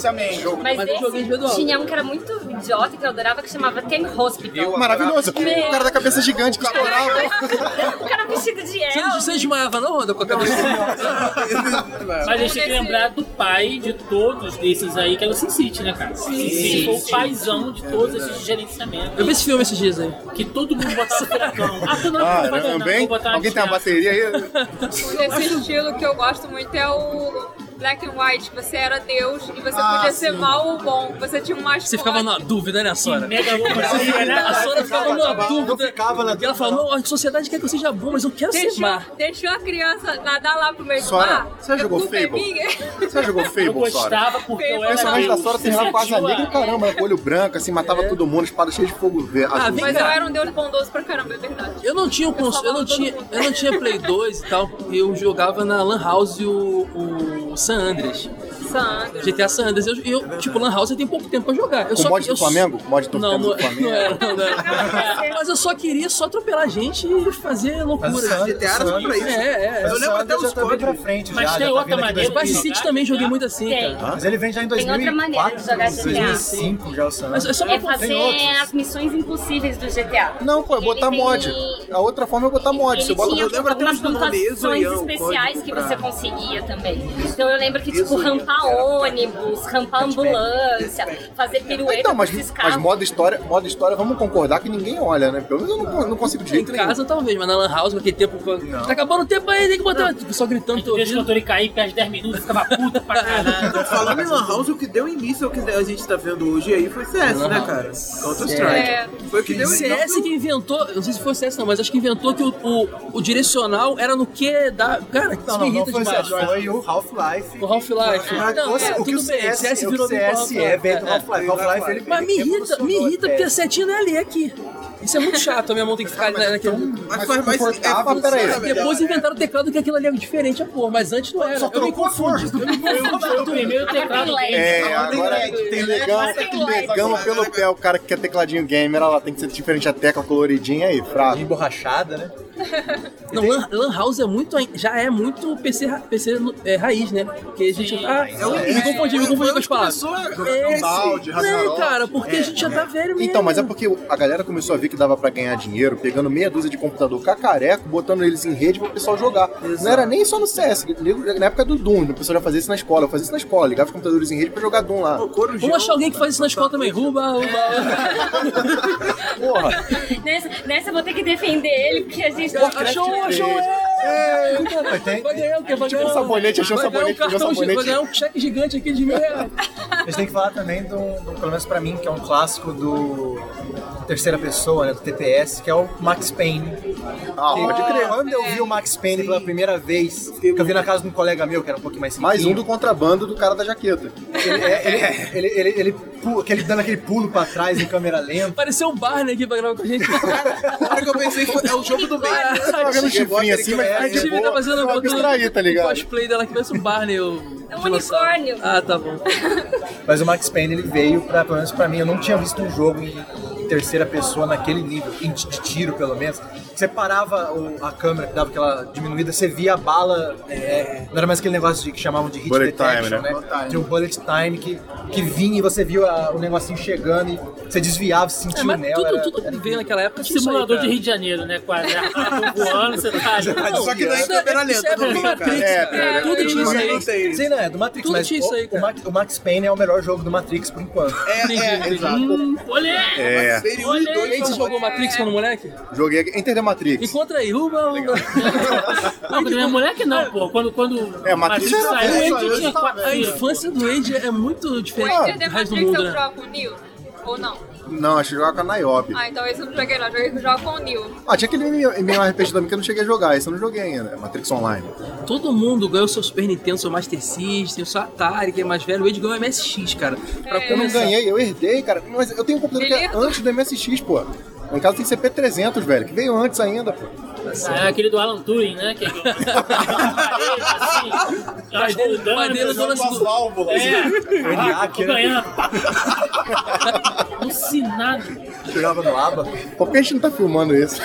Mas,
Mas eu
esse
joguei individual.
tinha um que era muito idiota que eu adorava que chamava Ten Hospital.
Maravilhoso. O cara da cabeça gigante que estourava.
O cara vestido de
Você
El.
não, você não desmaiava não, Ronda, com a cabeça?
É.
Mas a gente tem que lembrar do pai de todos desses aí, que era o Sin City, né, cara? Sin City foi o paizão
É
de todos esses
Eu vi
gerenciamentos.
esse filme esses dias aí.
Que todo mundo botava furacão. Ah, tu não
Ah,
vai dar, não,
também?
vou botar
Alguém tem uma
desgraça.
bateria aí?
Um desse estilo que eu gosto muito é o Black and White, que você era Deus e você
Ah,
podia
sim.
ser mal ou bom. Você tinha um mascote.
Você ficava na dúvida, né,
Que
Sora?
mega loucura, né?
A Sora ficava numa dúvida.
ficava na
E ela falou, não, a sociedade quer que eu seja bom, mas eu quero ser
Deixou,
má.
deixou a criança nadar lá pro meio do
Sora,
mar.
você já
A
jogou
culpa é
Fable?
minha.
Você já jogou
Eu
Fable, Sora?
gostava porque eu
O
O
era
personagem da
meio
Sora terminava com asa
sensativa.
negra e caramba, com olho branco, assim, matava
É.
todo mundo, espada cheia de fogo ve- azul.
vem
Mas
cá.
eu era um deus bondoso pra caramba, é verdade.
Eu não tinha o cons... eu não tinha, eu não tinha Play 2 e tal. Eu jogava na Lan House o, o San Andreas.
Sandra.
GTA San Andreas, eu, eu tipo, Lan House eu tenho pouco tempo pra jogar. Eu
Com
só,
mod
eu
do Flamengo? Mod do
Não,
tempo
não,
do Flamengo?
não era, não, não era. É, Mas eu só queria só atropelar gente e fazer
Ah,
loucura.
GTA era só pra isso.
É, é, é.
Eu lembro até os
já tá bem pra
códigos.
frente
Mas
já,
tem
já tá
outra
vindo aqui
maneira
dois-
Vice City também joguei muito assim,
Tem.
cara.
Mas ele vem já em
Tem outra
2004,
maneira de jogar GTA.
2005 já o San
Mas é só
É
uma
fazer
Tem outros.
as missões impossíveis do GTA.
Não, pô, é
Ele
botar
tem-
mod. A outra forma é botar mod. Você
Ele
bota
tinha
eu lembro até
algumas
os nomes,
pontuações
Ezoião,
especiais
código
que
pra-
você conseguia também. Então eu lembro que, tipo, rampar ônibus, rampar ambulância, fazer pirueta
tá
Então, mas,
com os
mas
carros.
modo história, modo história, vamos concordar que ninguém olha, né? Pelo menos eu não, não consigo de
Em
jeito nenhum.
casa talvez, mas na Lan House, naquele tempo. Tá acabando o tempo aí, tem que botar. O pessoal gritando
Eu
todo
vejo o
dia.
cantor cair, perde 10 minutos, ficava puto pra
Então,
caralho.
falando em Lan House, o que deu início ao que a gente tá vendo hoje aí foi CS, né, cara? Counter-Strike.
É.
Foi o que deu início.
CS que inventou, eu não sei se foi CS não, mas acho que inventou que o, o- o direcional era no que da. Cara, isso me
Não, não, não
irrita
foi o
demais.
CS, foi o Half-Life.
O Half-Life.
Ah,
Não,
o-
é,
o que
tudo
o
bem,
CS,
CS
o
virou
que o CS é veio do
É, é.
Half-life. Half-life ele
Mas me
ele
irrita, me
revolucionou
irrita,
o
porque a
FPS.
setinha não é ali, é aqui. Isso é muito chato, a minha mão tem que ficar ali na- naquele.
Mas foi mais
confortável,
é,
peraí.
funciona, velho.
Depois inventaram o teclado que aquilo ali é diferente, é porra, mas antes não era. Eu me confundi. Eu me
Foi o
confundo.
primeiro teclado
Tem
dele.
É, agora
tem
negão,
tem
tem
leque.
negão pelo pé, o cara que quer tecladinho gamer, ela tem que ser diferente a tecla coloridinha aí, fraco.
Emborrachada, né?
Não, lan, lan House é muito, ai- já é muito PC, ra- PC no- é, raiz, né? Porque a gente.
Sim.
Ah,
É,
eu me confundi, me confundi com as palavras.
um
Esse-
Balde,
Não,
Ragnarok.
cara, porque a gente já tá velho mesmo.
Então, mas é porque a galera começou a ver que dava pra ganhar dinheiro pegando meia dúzia de computador cacareco, botando eles em rede pro pessoal jogar. Não era nem só no CS, nego- na época do Doom, o pessoal já fazia isso na escola, eu fazia isso na escola, ligava os computadores em rede pra jogar Doom lá.
Vamos achar alguém que faz isso na escola também. Ruba,
É,
ruba.
Porra!
Nessa, nessa eu vou ter que defender ele, porque a gente.
Achou, achou, é! Vai ganhar o quê? Vai
Tipo
ganhar
um sabonete, achou um
vai ganhar
sabonete, pegou
cartão, gi-
sabonete.
Vai ganhar um cheque gigante aqui de mil reais.
A gente tem que falar também de um, de um- pelo menos pra mim, que é um clássico do terceira pessoa, né, do TPS, que é o Max Payne.
Ah,
Que-
pode crer.
Quando eu vi o Max Payne pela primeira vez, que eu vi na casa de um colega meu, que era um pouquinho mais
Mais um
riquinho,
do contrabando do cara da jaqueta.
Ele, é- ele, ele, ele, ele, pu- aquele- dando aquele pulo pra trás em câmera lenta.
Apareceu o Barney aqui pra gravar com a gente. Ah,
A hora que eu pensei foi, é o jogo do meio.
Tá jogando chifrinho assim, mas
A
faz de
Tive tá
boa,
fazendo
pra
botando
abstrair, tá
o
ligado?
cosplay dela que parece um Barney. O...
É um unicórnio.
Ah, tá bom.
Mas o Max Payne ele veio pra, pelo menos pra mim, eu não tinha visto um jogo em terceira pessoa naquele nível, em t- de tiro pelo menos. Você parava o- a câmera que dava aquela diminuída, você via a bala, é, não era mais aquele negócio de, que chamavam de hit
Bullet
detection,
time, né?
né? De um bullet time que, que vinha e você via a- o negocinho chegando e você desviava, sentia
É,
o
mas
nela.
tudo,
era-
tudo que veio naquela época tinha isso aí,
Simulador
cara.
de Rio de Janeiro, né? Quase. Já tá voando, você tá ali.
Só que daí
Isso é-
câmera
isso
lenta
é
no
do
meio, cara.
Matrix,
É,
cara. Tudo tinha isso aí.
né?
Sim, não, é do Matrix,
Tudo
mas
tinha isso
o-
aí,
o
cara.
Max- o Max Payne é o melhor jogo do Matrix por enquanto.
É, é, exato.
Olê!
É.
Seria um e
Olê!
dois.
Gente, você jogou Matrix quando moleque?
Joguei aqui. Enter the Matrix.
Encontra aí, Ruba, Ruba.
Não, quando minha mulher que não, pô. Quando, quando
É, Matrix era
saiu,
velho,
a gente tinha quatro
A
filhos.
infância do Age é muito
O
Ah,
diferente
Enter
do
The
resto do
Matrix
mundo,
eu
né?
jogo com o Neil? Ou não?
Não, acho que jogava com a Niobe.
Ah, então esse eu não joguei não, joguei jogo com o Neil.
Ah, tinha aquele MMORPG também que eu não cheguei a jogar, esse eu não joguei ainda, é Matrix Online.
Todo mundo ganhou seu Super Nintendo, seu Master System, seu Atari, que é mais velho. O Age ganhou o MSX, cara. Pra
É.
Eu não
começar.
ganhei, eu herdei, cara. Mas eu tenho um computador que é
Beleza.
antes do MSX, pô. No caso tem que ser P300, velho, que veio antes ainda, pô.
Ah, é aquele do Alan Turing, né? Que é que eu... assim, eu acho que o
O pai
dano,
dele
eu
usou
jogo-
na segunda.
válvulas.
É,
Ah,
né, ah, tô ganhando. Alucinado.
Jogava no ABA.
Por que a gente não tá filmando isso?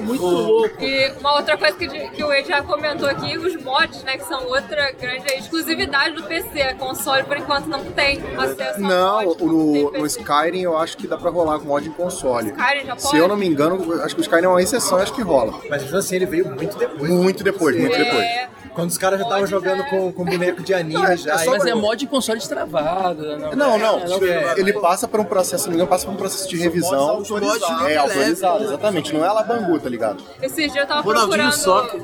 Muito louco.
E uma outra coisa que, que o Ed já comentou aqui, os mods, né, que são outra grande exclusividade do PC. Console, por enquanto, não tem acesso a
Não,
mod,
no,
tem
no
PC.
Skyrim eu acho que dá pra rolar com mod em console.
Skyrim já
Se
pode?
eu não me engano, eu acho que o Skyrim é uma exceção, eu acho que rola.
Mas mesmo assim ele veio muito depois.
Muito depois, muito depois.
É,
Quando os caras já estavam jogando com, com boneco de anime já. e-
Mas é mod de console destravado. né?
Não, não.
é.
Ele passa por um processo, se não me engano, passa por um processo de revisão.
autorizado.
É, autorizado, exatamente. Não é alabangu, tá ligado?
esses dias eu tava
um
Ronaldinho
procurando...
Soca.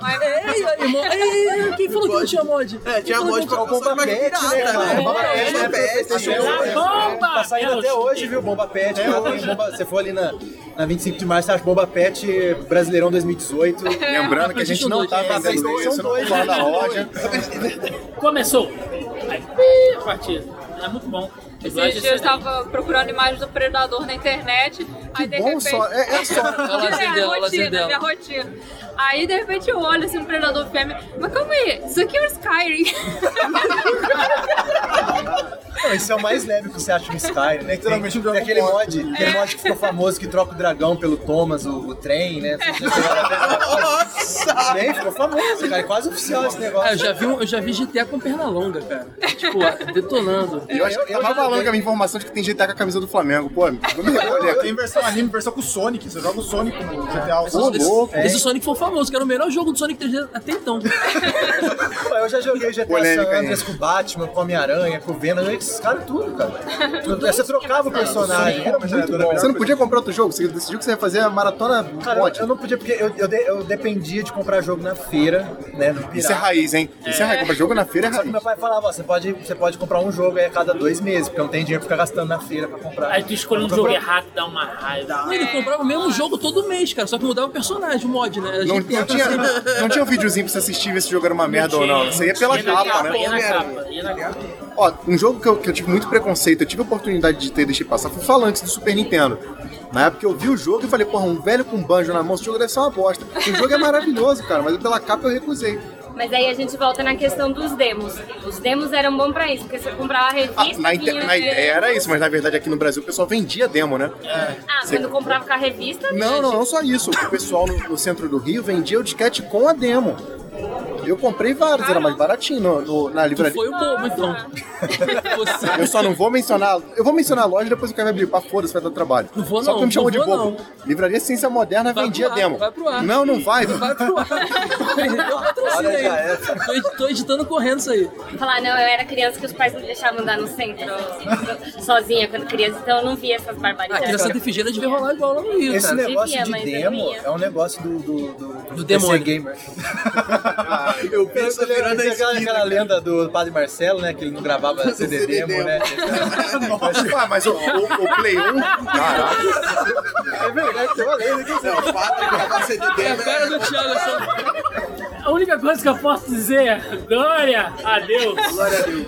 Mas-
Ei, irmão, ei, ei, quem falou que não tinha mod?
É, tinha mod pra console, mas
Pet, né, cara?
pirata.
Bomba
É,
Pet, né?
Bomba Pet,
Tá saindo-
Ah, Bomba!
Tá saindo até
Elas-
hoje, viu? Bomba Pet.
É
lá tem bomba- Você for ali na, na 25 de março, você acha Bomba Pet Brasileirão 2018.
Lembrando que a gente não tá
É, vocês
vendendo
dois,
isso,
são
não
dois,
falar
né?
da loja.
Começou. Aí, pi, partida. É muito bom.
Esses dias eu tava procurando imagens do predador na internet, aí de
Bom,
repente.
só. É, é só.
o lazer
É,
dela, o
a
lazer
rotina,
dela.
minha rotina. Aí de repente eu olho assim no predador fêmea, mas calma aí, isso aqui é o Skyrim.
Não, esse é o mais leve que você acha no Sky, né?
Literalmente um
tem,
Dragon
tem aquele
Ball.
mod, aquele mod que ficou famoso que troca o dragão pelo Thomas, o, o trem, né?
Nossa!
Bem, ficou famoso, cara. É quase oficial esse negócio.
Ah, eu já vi, um- eu já vi GTA com perna longa, cara. Tipo, detonando.
Eu acho que
Eu- eu
tava
já
falando
joguei.
com a minha informação de que tem GTA com a camisa do Flamengo. Pô, não me recolhe aqui.
Tem versão anime, versão com o Sonic. Você joga o Sonic no GTA. o
Ô,
Sonic.
é
louco.
Esse Sonic foi famoso, que era o melhor jogo do Sonic 3D até então.
Pô, eu já joguei GTA
Polêmica
San Andreas
aí.
com o Batman, com o Homem-Aranha, com o Venom, esses caras tudo, cara. Você trocava o personagem, era muito bom.
Você não podia comprar outro jogo, você decidiu que você ia fazer a maratona
Cara, eu-
mod.
eu não podia, porque eu, eu, de- eu dependia de comprar jogo na feira, né? No pirata.
Isso é raiz, hein? Isso é raiz. Comprar jogo na feira é
Só que
raiz.
meu pai falava, ó, você pode, você pode comprar um jogo aí a cada dois meses, porque eu não tenho dinheiro pra ficar gastando na feira pra comprar.
Aí tu escolhe um
Então,
jogo
pra-
errado, dá uma raiva.
Ele comprava o mesmo jogo todo mês, cara, só que mudava o personagem, o mod, né? A
Não,
gente
não, tinha, não tinha um videozinho pra você assistir ver se o jogo era uma merda ou não. Você ia pela
Ia na
capa, né?
Ia na capa, ia na capa.
Ó, um jogo que eu, que eu tive muito preconceito, eu tive a oportunidade de ter deixei passar, foi o Falantes do Super Nintendo. Na época eu vi o jogo e falei, porra, um velho com banjo na mão, esse jogo deve ser uma bosta. O jogo é maravilhoso, cara, mas pela capa eu recusei.
Mas aí a gente volta na questão dos demos. Os demos eram bons pra isso, porque você comprava a
Ah,
revista.
na,
tinha
inte- na
o
ideia
demo.
era isso, mas na verdade aqui no Brasil o pessoal vendia demo, né?
Ah,
Você-
quando comprava com a revista?
Não, não, não só isso. O pessoal no, no centro do Rio vendia o disquete com a demo. Eu comprei vários, era mais baratinho no- no- na
Tu
livraria.
foi o bobo, então. Você...
Eu só não vou mencionar. Eu vou mencionar a loja depois o cara vai abrir. Pra foda-se, vai dar trabalho.
Não vou não,
só porque me chamou de
não vou
bobo. Livraria Ciência Moderna
Vai
vendia
pro ar,
demo.
vai pro ar.
Não, não vai.
Vai pro ar. Perdeu o patrocínio
Olha, já
aí.
era.
Tô, ed- tô editando correndo isso aí.
Falar, não, eu era criança que os pais não me deixavam andar no centro sozinha quando criança, então eu não via essas
Ah,
barbaridades.
aqui na Santa Efigênia devia rolar igual lá no Rio,
Esse
cara.
negócio
devia,
de
mas eu
demo
via.
é um negócio do, do, do, PC
demônio.
gamer.
Eu penso
Isso lembra
virando a
aquela,
esquina.
aquela lenda do Padre Marcelo, né? Que ele não gravava CD
CD
demo, né?
Ah, mas o, o- o Play 1. Caraca.
É verdade, tem uma lenda que
Não, padre gravar CD
É a
demo
cara do Thiago, assim.
A única coisa que eu posso dizer é glória a Deus.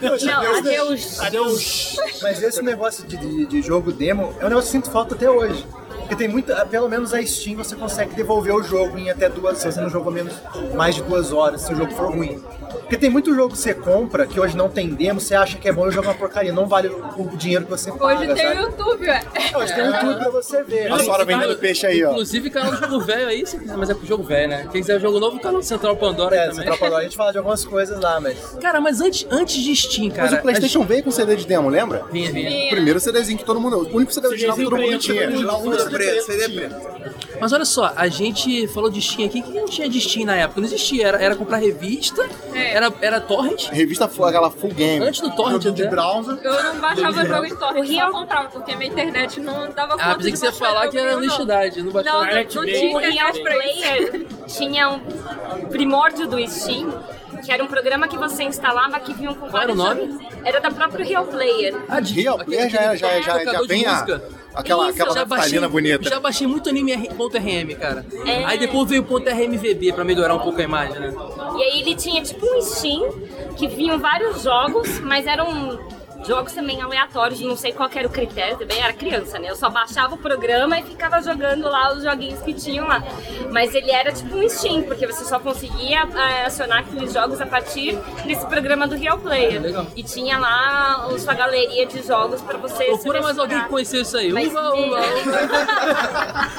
Não, adeus.
Adeus.
Mas esse negócio de, de- de jogo demo é um negócio que eu sinto falta até hoje. Porque tem muita, pelo menos a Steam você consegue devolver o jogo em até duas, se você não jogou menos, mais de duas horas, se o jogo for ruim. Porque tem muito jogo que você compra, que hoje não tem demo, você acha que é bom e joga uma porcaria, não vale o, o dinheiro que você paga,
Hoje tem
sabe?
o YouTube, ué.
Hoje tem o YouTube pra você ver.
A senhora tá vendendo peixe aí, ó.
Inclusive, canal do jogo velho aí, se quiser, mas é pro jogo velho, né? Quem quiser jogo novo, canal do Central Pandora aí
É, você
também.
atrapalhou, a gente fala de algumas coisas lá, mas...
Cara, mas antes, antes de Steam, cara.
Mas o É. PlayStation veio com CD de demo, lembra?
a- Vinha, vinha.
O primeiro CDzinho que todo mundo. O único CD original que todo mundo tinha.
Muda preto, CD preto.
Mas olha só, a gente falou de Steam aqui. O que que não tinha de Steam na época? Não existia. Era, era comprar revista,
É.
era, era torrent.
Revista full, aquela full game.
Antes do torrent, né?
Jogo de
até.
browser.
Eu não baixava jogo em torrent,
Corria?
só comprava, porque minha internet não dava conta
Ah, pensei que
de
você ia
baixar
falar
jogo
que era
nenhum, não.
honestidade. Não baixou
Não, não,
nada.
não
Direct Bay.
tinha
O Real
internet pra isso.
Player tinha um primórdio do Steam, que era um programa que você instalava que vinham com
Qual era
vários
o nome?
jogos. Era da própria Real Player.
Ah, de-
Real
aquele-
Player já, era- já, é,
aquele
já, já
tocador de
vem a,
música.
aquela,
Isso,
aquela
já baixei,
naftalina bonita.
já baixei muito anime R- ponto .rm, cara.
É.
Aí depois veio o ponto .rmvb pra melhorar um pouco a imagem, né?
E aí ele tinha tipo um Steam, que vinham vários jogos, mas eram jogos também aleatórios, não sei qual que era o critério, também era criança, né? Eu só baixava o programa e ficava jogando lá os joguinhos que tinham lá. Mas ele era tipo um Steam, porque você só conseguia eh, acionar aqueles jogos a partir desse programa do Real Player.
Ah, Legal.
E tinha lá a sua galeria de jogos pra você
Procura mais
selecionar.
alguém que conheceu isso aí.
Mas-
Uva, uva, uva.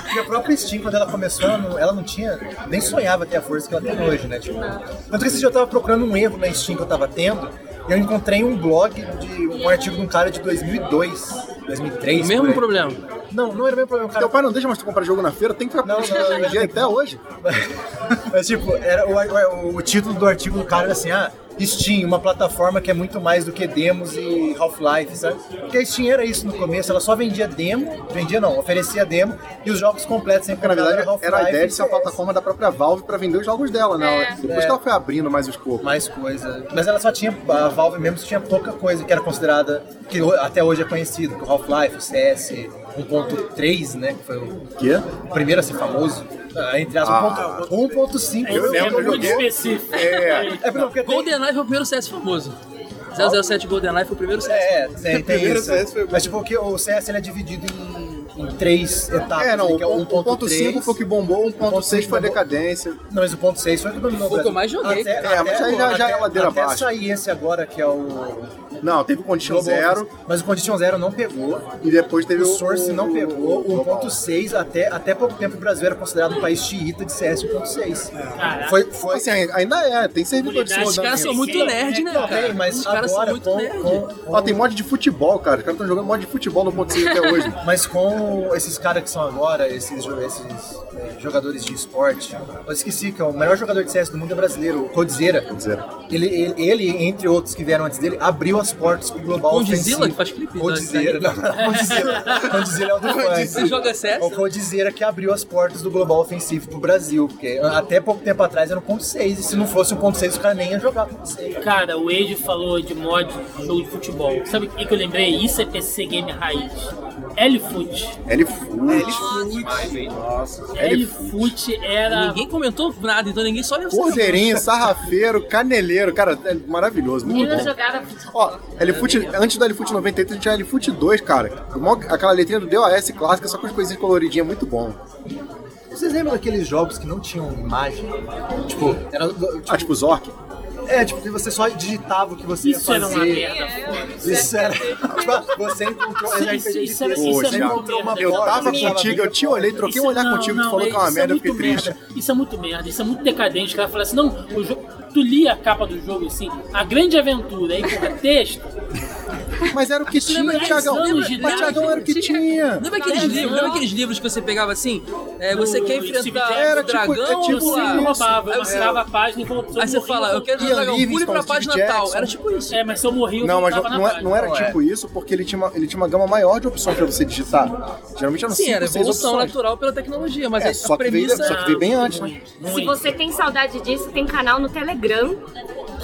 Porque a própria Steam, quando ela começou, ela não, ela não tinha, nem sonhava ter a força que ela tem hoje, né? Tipo, tanto que esse dia eu tava procurando um erro na Steam que eu tava tendo, e eu encontrei um blog, de um artigo de um cara de 2002, 2003.
O mesmo
por aí.
problema.
Não, não era o mesmo problema, um cara.
Teu pai não deixa mais tu comprar jogo na feira, tem que ficar
Não,
não,
não, não.
dia até hoje.
Mas, tipo, era o, o- o título do artigo do cara era assim, ah, Steam, uma plataforma que é muito mais do que demos e Half-Life, sabe? Porque a Steam era isso no começo, ela só vendia demo, vendia não, oferecia demo, e os jogos completos sempre
Porque na verdade era a ideia de ser
é
uma plataforma da própria Valve pra vender os jogos dela, né? Depois que ela foi abrindo mais os corpos.
mais coisa. Mas ela só tinha, a Valve mesmo tinha pouca coisa que era considerada, que ho- até hoje é conhecido, que o Half-Life, o CS 1.3, né, que foi o
Quê?
primeiro a ser famoso, ah, entre um as
Ah.
1.5.
Eu
é
lembro, eu
muito
joguei.
específico.
É.
É porque tem-
GoldenEye foi o primeiro CS famoso. 007 GoldenEye foi o primeiro CS.
É, tem, tem
Primeiro
isso.
CS foi bom.
Mas tipo, o que- o CS ele é dividido em, em três etapas.
É, não,
né,
o
que é o
1.5 foi o que bombou, o 1.6 foi a decadência.
Não, mas o ponto 6 foi o que dominou.
Foi o que eu
Brasil.
mais joguei,
Até,
cara. É, mas aí já- já é ladeira
até
abaixo.
sair esse agora, que é o...
Não, teve o Condition Zero
Mas o Condition Zero não pegou.
e depois teve
O
o.
Source não pegou. O
Global.
1.6, até, até pouco tempo o Brasil era considerado um país xiita de CS 1.6.
É.
Caraca.
Foi, foi,
Assim, ainda é, tem servidor de
Os
Os
rodando
caras são
ainda.
muito nerd, né,
não,
cara?
bem, mas
Os caras são
agora
muito
com,
nerd.
com,
Ó, tem mod de futebol, cara. Os caras estão jogando mod de futebol no 1.5 até hoje.
Mas com esses caras que são agora, esses, jo- esses, é, jogadores de esporte, eu esqueci que é o maior jogador de CS do mundo é brasileiro, o Codizera.
Codizera.
Ele, ele, ele, entre outros que vieram antes dele, abriu as portas pro global
Condizila,
ofensivo.
que faz clipe, né?
Codizera, não. Codizera. Codizera é o do
Você
funk.
joga CS?
É o Codizera que abriu as portas do global ofensivo pro Brasil, porque até pouco tempo atrás era o ponto 6, e se não fosse o ponto 6, o cara nem ia jogar ponto 6.
Cara, o Age falou de mod de jogo de futebol. Sabe o que que eu lembrei? Isso é PC Game Raiz. L-Foot.
É,
L-Foot.
Mas, hein? Nossa.
L-Foot era.
Ninguém comentou nada, então ninguém só lembra.
Cordeirinho, sarrafeiro, caneleiro. Cara, é maravilhoso, muito
Eu
bom.
jogava
Ó, LFoot, antes do LFoot 98, a gente tinha LFoot 2, cara. O maior- Aquela letrinha do DOS clássica, só com as coisinhas coloridinhas, muito bom. Vocês lembram daqueles jogos que não tinham imagem? Tipo, era. tipo,
Ah, tipo Zork?
é, tipo, que você só digitava o que você
Isso
ia
era uma
fazer.
merda.
é,
foda.
é
Isso era. tipo, você encontrou.
Isso-
RPG de
isso era-
texto.
isso é
você
muito
encontrou uma
merda.
Eu
bola,
tava
você achava
contigo, eu te olhei, troquei um
Isso-
olhar
não,
contigo, tu
não,
falou que é uma
isso
merda, eu
muito
fiquei triste.
merda. Isso é muito merda, isso é muito decadente. O cara fala assim, não, o jogo. Tu lia a capa do jogo assim, a grande aventura, aí fica texto.
Mas era o que tinha,
lembra
Tiagão.
dez anos de
Mas
idade?
Tiagão era o que tinha.
Lembra aqueles,
Não.
livros, lembra aqueles livros que você pegava assim? É,
No-
você quer
no
enfrentar
cemitério.
Era
o
tipo-
dragão
é tipo
Eu
ou a-
sempre assim, roubava,
Aí
eu
você-
marcava a página e falava
Aí você fala, eu quero
Ian
o dragão, pule
Livingstone,
pra página
Steve
tal.
Jackson.
Era tipo isso.
É, mas se eu morri, eu
Não, mas não,
voltava na
não é-
página.
não era
Não é.
tipo isso, porque ele tinha, uma, ele tinha uma gama maior de opções pra você digitar. Geralmente eram
Sim,
cinco,
era
seis
evolução
opções.
natural pela tecnologia, mas
É,
a-
só
a
que veio-
premissa...
só que veio bem antes, né?
Se você tem saudade disso, tem canal no Telegram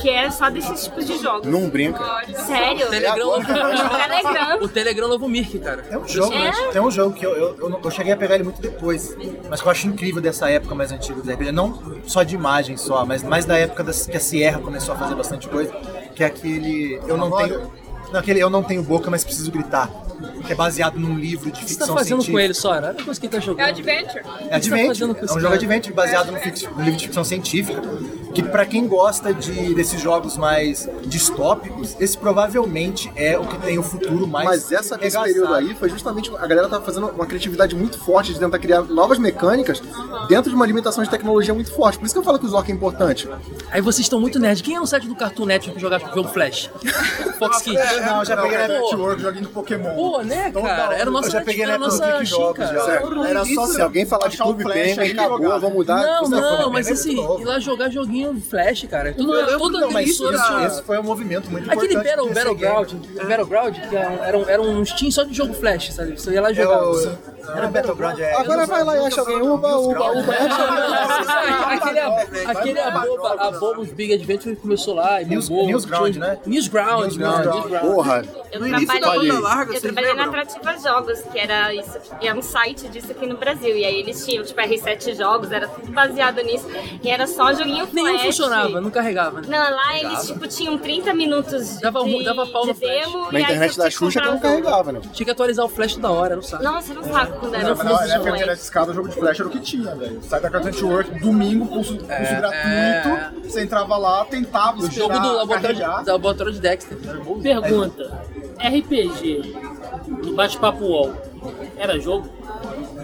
que é só desses tipos de jogos.
Não brinca.
Sério?
Telegram
É agora.
Telegram.
O Telegram Novo Mirk, cara.
Tem um jogo,
É.
tem um jogo que eu, eu, eu, não- eu cheguei a pegar ele muito depois, mas que eu acho incrível dessa época mais antiga do RPG, não só de imagem só, mas mais da época das- que a Sierra começou a fazer bastante coisa, que é aquele eu não tenho não, aquele eu não tenho boca, mas preciso gritar, que é baseado num livro de
O que você tá
ficção
fazendo
científica.
com ele, Sora? Olha a coisa que ele tá
É o
jogando.
Adventure.
É
que você tá
adventure,
fazendo com esse
é um jogo
cara?
adventure baseado no, fic- no livro de ficção científica, que pra quem gosta de desses jogos mais distópicos, esse provavelmente é o que tem o futuro mais
Mas essa, esse
regaçado.
período aí foi justamente a galera tava fazendo uma criatividade muito forte de tentar criar novas mecânicas dentro de uma limitação de tecnologia muito forte. Por isso que eu falo que o Zork é importante.
Aí vocês estão muito nerd. Quem é o site do Cartoon Network que jogava jogo Flash? Fox Kids.
É, Não, já peguei na
Pô,
Network, joguinho do Pokémon.
é Pô, né,
Então,
cara?
não,
Era o nosso
eu já peguei
era a
na
nossa
Netflix
Steam,
jogos
cara.
já.
Certo? Era só se alguém falar de
Achar o
Clube
Flash
Penguin,
aí e
acabou,
jogar.
vamos
Tá,
mudar.
Não,
Isso é
não,
foda.
mas
bem
assim,
muito novo.
ir lá jogar joguinho Flash, cara. Tudo, é
lembro,
toda
não, mas
Isso,
emissora.
isso, esse foi um movimento muito
Aquele
importante.
Battle,
desse
Battleground,
game.
Battleground, que era um- era um, era um Steam só de jogo Flash, sabe? Você ia lá
É
jogar.
o- Era Battleground, é.
Agora vai lá e acha alguém. Uba, uba, uba. acha alguém.
aquele
né?
a- aquele aboba, aboba os Big Adventure começou lá e
News-
bombou.
Newsground,
tinha-
né?
Newsground,
Newsground.
né? Newsground.
Porra.
Eu
No início da
trabalhei,
banda larga,
eu
vocês
trabalhei na
lembram?
Atrativa Jogos, que era isso, que é um site disso aqui no Brasil. E aí eles tinham, tipo, R7 jogos, era tudo baseado nisso. E era só joguinho flash.
Nenhum funcionava, não carregava. né?
Não, lá eles, tipo, tinham 30 minutos de,
Dava mu- dava pau
de
no flash.
Na
demo. e aí
internet
você tinha
da Xuxa que
comprar
não
o jogo.
carregava, né?
Tinha que atualizar o Flash da hora, era um saco.
Nossa, era um saco quando era É
Não,
Mas na
funcionava.
na época de escada, o jogo de flash era o que tinha, velho. Sai da Cartoon Network, domingo, pulso, pulso gratuito. É, Você entrava lá, tentava
O jogo
esperar
do laboratório, de,
carregar.
do laboratório de Dexter.
Pergunta: RPG no bate-papo UOL era jogo?
Ah,
RPG.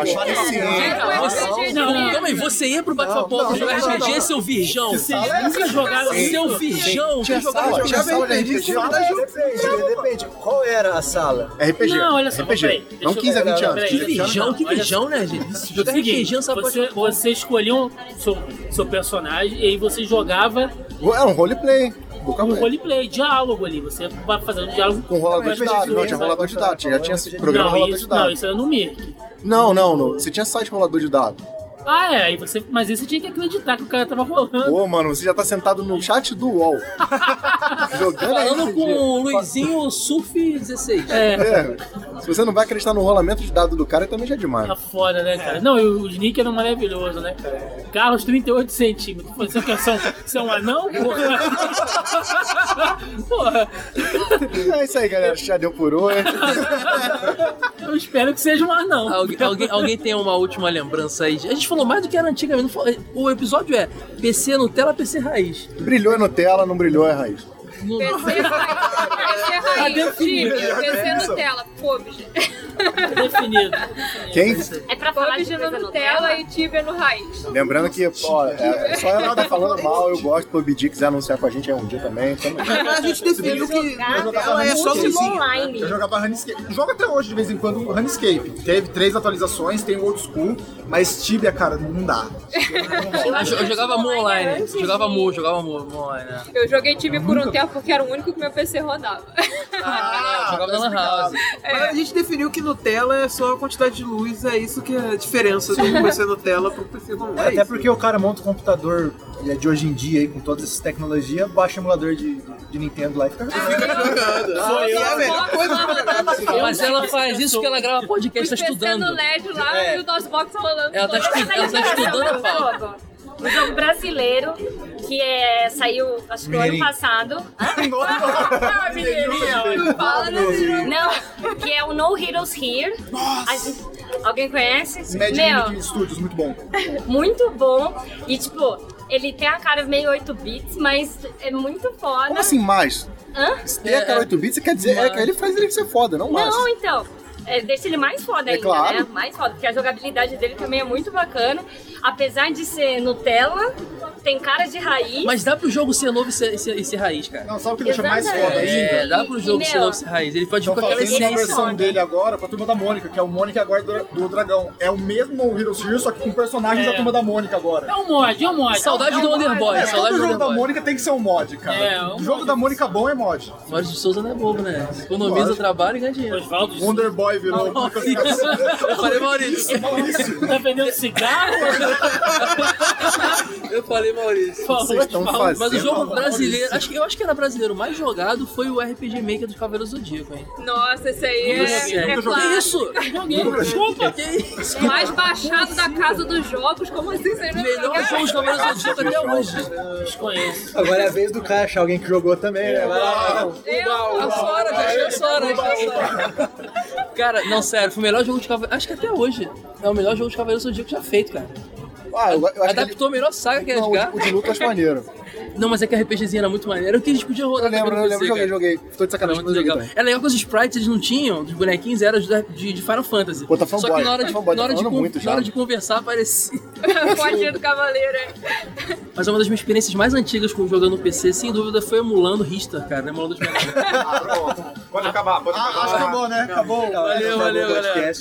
acho
acho que
que
sim.
Era um RPG de
Não,
mesa.
Calma aí, você ia pro bate-papo jogar RPG, seu virgão.
Vocês nunca jogaram
Seu virgão, que jogava
Tinha sala de RPG.
Depende, depende. Qual era a sala?
RPG.
Não, olha só, peraí,
RPG.
deixa
Não
eu-
15 a 20 anos.
peraí,
Que
15 a 20 anos.
virgão, que
Olha só.
virgão, né, gente? Jogar
é um
RPG não sabe
você, você escolhia um seu, seu personagem e aí você jogava
É um roleplay. Boca
um
roleplay.
roleplay, diálogo ali. Você vai fazendo diálogo
Com Um rolador de dados. Não, tinha rolador de dados. Já tinha esse programa
né? não,
rolador de
isso, não,
dados.
isso era no Mirk.
Não, não, não. Você tinha site rolador de dados.
Ah, é, aí você, mas aí você tinha que acreditar que o cara tava rolando.
Ô, mano, você já tá sentado no chat do UOL. Jogando
Falando
RPG.
com o Luizinho Surf 16.
É,
É. Se você não vai acreditar no rolamento de dados do cara, também já é demais.
tá foda, né, cara? Não, e o Nick era maravilhoso, né, cara? Carlos, 38 centímetros. Pô, Você quer ser um, você é um anão? Porra. Porra,
É isso aí, galera. Já deu por hoje.
eu espero que seja um anão.
Algu- alguém, alguém tem uma última lembrança aí? A gente falou mais do que era antigamente. não foi- O episódio é PC Nutella, PC Raiz.
Brilhou é Nutella, não brilhou é raiz.
No-
PC raiz, PC raiz,
definido.
tímio, PC Nutella, PUBG.
Definido.
Quem?
É pra falar de
PUBG no
coisa
Nutella e Tibia no raiz.
Lembrando que ó, é, só ela tá falando mal, eu gosto do BD, quiser anunciar com a gente aí um dia também. tamo junto.
A gente definiu que ela é só
Último
vizinha.
online.
Eu jogava Runescape. Jogo até hoje, de vez em quando, Runescape. Teve três atualizações, tem o Old School, mas Tibia, cara, não dá.
Eu, jo- eu jogava Mu online.
antes
Jogava
de-
Mu, jogava Mu Mu online. né?
Eu joguei Tibia por um tempo porque era o único que meu PC rodava.
Ah,
Eu jogava na Lan House.
Mas a gente definiu que Nutella é só a quantidade de luz, é isso que é a diferença do PC Nutella pro PC comum. É
Até
isso.
porque o cara monta o computador é, de hoje em dia aí, com todas essas tecnologias, baixa o emulador de, de Nintendo lá e fica
Ah,
jogando.
Sou eu, é a melhor coisa que
Mas ela faz isso porque ela grava podcast, tá
Os PC no
estudando.
LED lá e o DOSBox rolando.
Ela tá
todo.
estudando, ela tá estudando a pauta.
jogo. Um jogo brasileiro que é, saiu, acho que o ano
Mineirinho.
passado. Hã?
Ah, mineirinho, fala nesse jogo.
Não, que é o No Heroes Here. A gente- Alguém conhece?
Mad
Meu,
Mimic Studios, muito bom.
muito bom. E tipo, ele tem a cara meio 8 bits, mas é muito foda.
Como assim mais?
Hã?
Se tem aquela 8 bits, quer dizer, é que ele faz ele ser foda, não mais.
Não, então. é, deixa ele mais foda
É
ainda,
claro.
né? Mais foda, porque a jogabilidade dele também é muito bacana. Apesar de ser Nutella, tem cara de raiz.
Mas dá pro jogo ser novo e ser, e ser- e ser raiz, cara.
Não, sabe o é que deixa mais
Exatamente.
foda ainda?
É, dá pro
E-
jogo
e,
ser
meu,
novo e ser raiz. Ele pode ir
Estão
com aquela
fazendo uma
essência.
versão dele agora pra Turma da Mônica, que é o Mônica Guarda do- do Dragão. É o mesmo Hero Series, só que com personagens
É.
da Turma da Mônica agora.
É um mod, é um mod.
Saudade
É um-
do Underboy.
É,
saudade
todo
do
jogo da
Underboy.
Mônica tem que ser um mod, cara.
É, um
o jogo
mod.
da Mônica bom é mod.
Mário de Souza não é bobo, né? Economiza,
Lógico.
trabalha e ganha dinheiro.
Oswaldo
Wonder Boy virou.
Eu falei, Maurício.
Maurício,
tá vendendo cigarro?
Eu falei, Maurício.
Por favor,
estão
Oswaldo.
fazendo-
Mas o jogo brasileiro, acho que, eu acho que era brasileiro o mais jogado foi o RPG Maker do Cavaleiro Zodíaco, hein?
Nossa, esse aí
Esse
é,
aí.
é
Que
clássico.
isso?
Joguei, desculpa.
Que isso?
O mais baixado da casa dos jogos, como assim? Vocês não
Melhor
jogaram?
jogo do Cavaleiro Zodíaco até hoje.
Desconheço.
Agora é a vez do cara achar alguém que jogou também, né? Vai lá, vai lá.
Eu,
A Sora, gente, a Sora, a Sora. Cara, não, sério, foi o melhor jogo de Cavaleiro. Acho que até hoje é o melhor jogo de Cavaleiro Zodíaco já feito, cara.
Ah, eu, eu acho que ele-
Adaptou a melhor saga que é
não,
jogar.
tipo
o, o de luta eu acho maneiro.
Não, mas é que a RPGzinha era muito maneira. Eu queria que podia rodar
Eu lembro,
também
eu
no
lembro,
PC,
joguei,
cara.
joguei. Tô de
Era
sacanagem,
muito
mas eu joguei
legal.
também.
É legal que os sprites eles não tinham, dos bonequinhos, eram de, de, de Final Fantasy.
Pô, tá
Só
fanboy,
que na hora de,
tá fanboy,
na
tá
hora de,
falando
con-
muito
na hora
já.
de conversar parecia.
Fodinha do cavaleiro, hein?
Mas é uma das minhas experiências mais antigas com jogando no PC, sem dúvida, foi emulando Rista, cara. né? Emulando os
Ah, Pode acabar, pode
Ah, acho que
acabar.
acabou, né? Acabou.
Valeu, valeu, galera.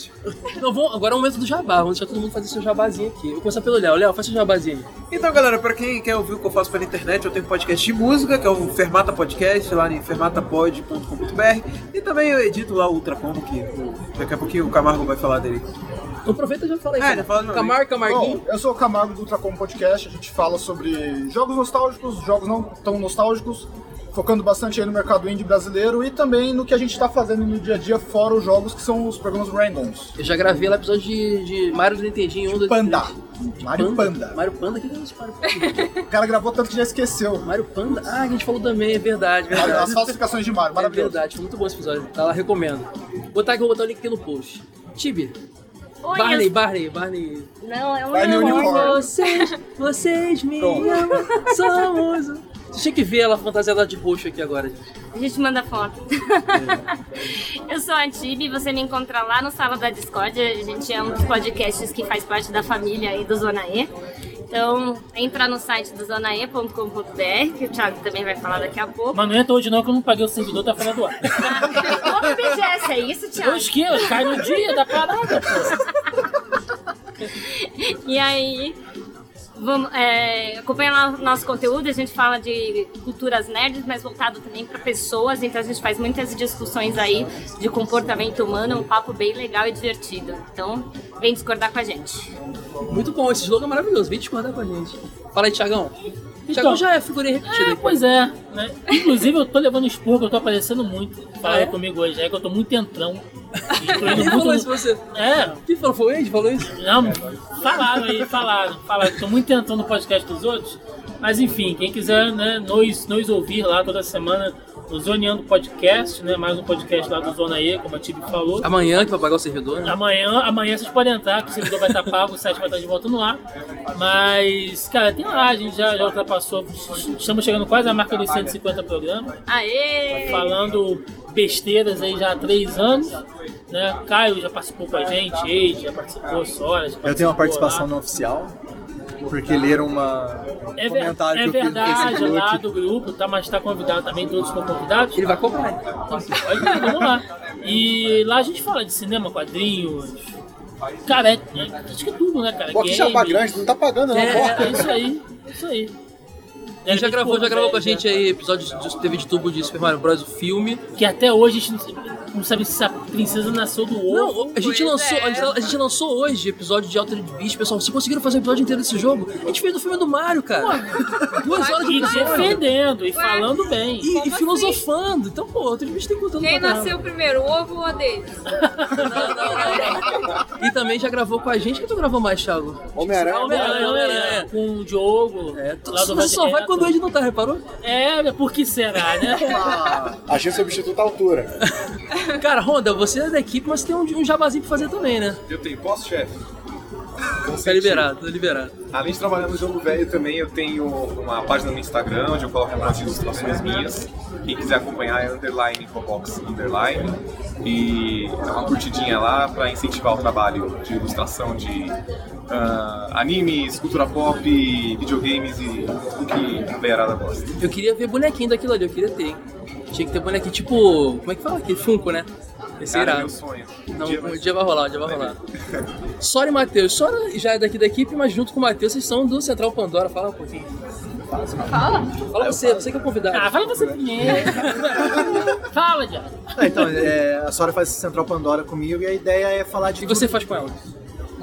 Não, vamos, agora é o momento do jabá. Vamos deixar todo mundo fazer seu jabazinho aqui. Eu vou começar pelo Léo. Léo, faz seu jabazinho aí.
Então, galera, pra quem quer ouvir o que eu faço pela internet, eu tenho um podcast de música, que é o Fermata Podcast, lá em fermatapod.com.br. E também eu edito lá o Ultra Combo, que o- daqui a pouquinho o Camargo vai falar dele.
Então aproveita e já fala aí.
É,
cara.
já fala de uma
Camargo,
Bom,
Camarguinho.
eu sou o Camargo do Ultracom Podcast, a gente fala sobre jogos nostálgicos, jogos não tão nostálgicos, focando bastante aí no mercado indie brasileiro e também no que a gente está fazendo no dia a dia, fora os jogos que são os programas randoms.
Eu já gravei lá episódio de, de Mario do Nintendinho 1, 2,
Panda.
3.
Mario Panda.
Mario Panda? O que que é isso? Mario Panda?
O cara gravou tanto que já esqueceu.
Mario Panda? Ah, a gente falou também, é verdade,
As
verdade.
falsificações de Mario,
É
maravilhoso.
verdade, foi muito bom esse episódio. Tá lá, recomendo. Vou botar aqui, vou botar o link aqui no post. Tibi,
Oi,
Barney,
eu-
Barney, Barney.
Não, é um
Vai no
unicórnio.
unicórnio.
Vocês, vocês me amam, somos. um- Você tinha que ver ela fantasiada de roxo aqui agora.
A gente manda foto. eu sou a Tibi, você me encontra lá no Sala da Discord. A gente é um dos podcasts que faz parte da família aí do Zona E. Então, entra no site do zonae.com.br, que o Thiago também vai falar daqui a pouco.
Mas não entra hoje não, que eu não paguei o servidor, tá fora do ar.
Como BGS é isso,
Eu
Thiago?
esqueço, cai no dia da parada, pô.
E aí, vamos, é, acompanha lá o nosso conteúdo. A gente fala de culturas nerds, mas voltado também para pessoas. Então, a gente faz muitas discussões aí de comportamento humano. Um papo bem legal e divertido. Então, vem discordar com a gente.
Muito bom, esse slogan é maravilhoso. Vem discordar com a gente. Fala aí, Tiagão. Tiagão
Então-
já é figurinha repetida.
É,
aqui.
pois é. né? Inclusive, eu tô levando expor, que eu tô aparecendo muito.
Ah,
Falaram comigo hoje, é que eu tô muito entrão. Incluindo
Quem falou isso
muito...
pra você?
É,
Quem falou? Foi o Andy? que Falou isso?
Não, falaram aí, falaram, falaram. Estou muito tentando no podcast dos outros. Mas enfim, quem quiser né, nos, nos ouvir lá toda semana no Zoneando Podcast, né? Mais um podcast lá do Zona E, como a Tibi falou.
Amanhã que vai pagar o servidor, né?
Amanhã, amanhã vocês podem entrar, que o servidor vai estar pago, o site vai estar de volta no ar. Mas, cara, tem lá, a gente já, já ultrapassou. Estamos chegando quase à marca dos 150 programas
Aê!
falando besteiras aí já há três anos. Né? Caio já participou com a gente, Eide já participou, Sora. já
Eu tenho
participou lá.
uma participação não oficial, porque leram uma...
É,
um
ver-
comentário
é
que eu fiz no
verdade,
Facebook.
lá do grupo, tá, mas tá convidado também, todos estão convidados.
Ele vai cobrar.
Então, assim, pode ir, vamos lá. E lá a gente fala de cinema, quadrinhos. Cara, é, é, acho que é tudo, né, cara?
Pô, que chapa
Games.
grande, não tá pagando, não, porra.
É, é isso aí, é isso aí. É, tipo,
Ele já gravou, já gravou com a gente
aí.
aí episódios de TV de tubo de Super Mario Bros. o filme.
Que até hoje a gente não sabe- não sabe se a princesa nasceu do ovo.
Não, a gente,
Pois
lançou,
é.
a, gente, a gente lançou hoje episódio de Altered Beast, pessoal. Vocês conseguiram fazer um episódio inteiro desse jogo? A gente fez do filme do Mario, cara. Duas horas de
E
episódio.
defendendo, e falando bem.
E, e
assim?
filosofando. Então, pô, Altered Beast tem contando
Quem
pra caramba.
nasceu primeiro, o ovo ou a deles?
E também já gravou com a gente. Quem tu gravou mais, Thiago?
Homem-Aranha.
Homem-Aranha, Homem-Aranha.
Com o Diogo.
É, tu
lá do
só, só
Red
vai
Hat.
quando o Duende não tá, reparou?
É, por que será, né?
Achei o substituto à altura.
Cara, Honda, você é da equipe, mas tem um, um jabazinho pra fazer também, né?
Eu tenho pós-chefe.
Tá liberado, tá liberado.
Além de trabalhar no jogo velho também, eu tenho uma página no Instagram onde eu coloco algumas ilustrações minhas. Quem quiser acompanhar é underline infobox underline. E dá uma curtidinha lá pra incentivar o trabalho de ilustração de ah, animes, cultura pop, videogames e o que a beirada gosta.
Eu queria ver bonequinho daquilo ali, eu queria ter, hein? Tinha que ter bonequinho tipo. Como é que fala? Aquele Funko, né? Esse é
Cara,
irado.
meu sonho.
Não,
Um dia vai
um dia vai rolar, um dia vai rolar. Sora e Matheus. Sora já é daqui da equipe, mas junto com o Matheus, vocês são do Central Pandora. Fala um pouquinho. Fala? Fala você, você que é convidado.
Ah, fala você primeiro. fala, Diabo.
Ah, então, é, a Sora faz Central Pandora comigo e a ideia é falar de.
e você faz com ela?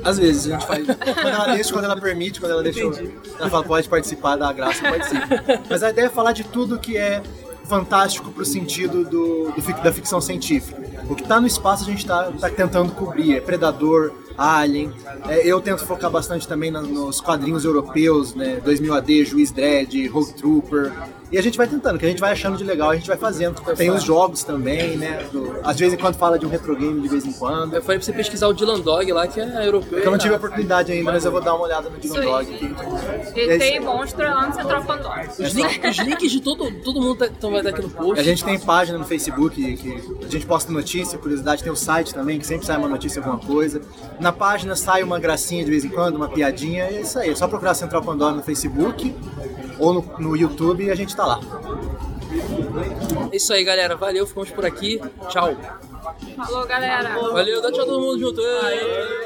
Às vezes, a gente faz. Quando ela deixa, quando ela permite, quando ela deixa. eu- Ela fala, pode participar, dá a graça, participa. Mas a ideia é falar de tudo que é fantástico pro sentido do, do fic- da ficção científica. O que tá no espaço a gente tá, tá tentando cobrir. É Predador, Alien. É, eu tento focar bastante também na- nos quadrinhos europeus, né? 2000 AD, Juiz Dredd, Rogue Trooper. E a gente vai tentando, o que a gente vai achando de legal, a gente vai fazendo. Tem os jogos também, né? Do- às vezes em quando fala de um retro game de vez em quando.
Eu falei É, pra você pesquisar o Dylan Dog lá, que é europeu.
Eu não tive a oportunidade ainda, mas eu vou dar uma olhada no então. Dino
Isso
Dog.
aí.
que-
E tem
Esse-
monstro lá no Central Pandora.
Os, link- os links de todo, todo mundo tá, então vai estar aqui no post.
A gente tem página no Facebook que a gente posta notícia, curiosidade, tem o site também, que sempre sai uma notícia, alguma coisa. Na página sai uma gracinha de vez em quando, uma piadinha, e é isso aí. É só procurar Central Pandora no Facebook ou no, no YouTube e a gente tá lá.
É Isso aí, galera. Valeu, ficamos por aqui. Tchau.
Falou, galera.
Valeu, dá tchau todo mundo junto. Ei.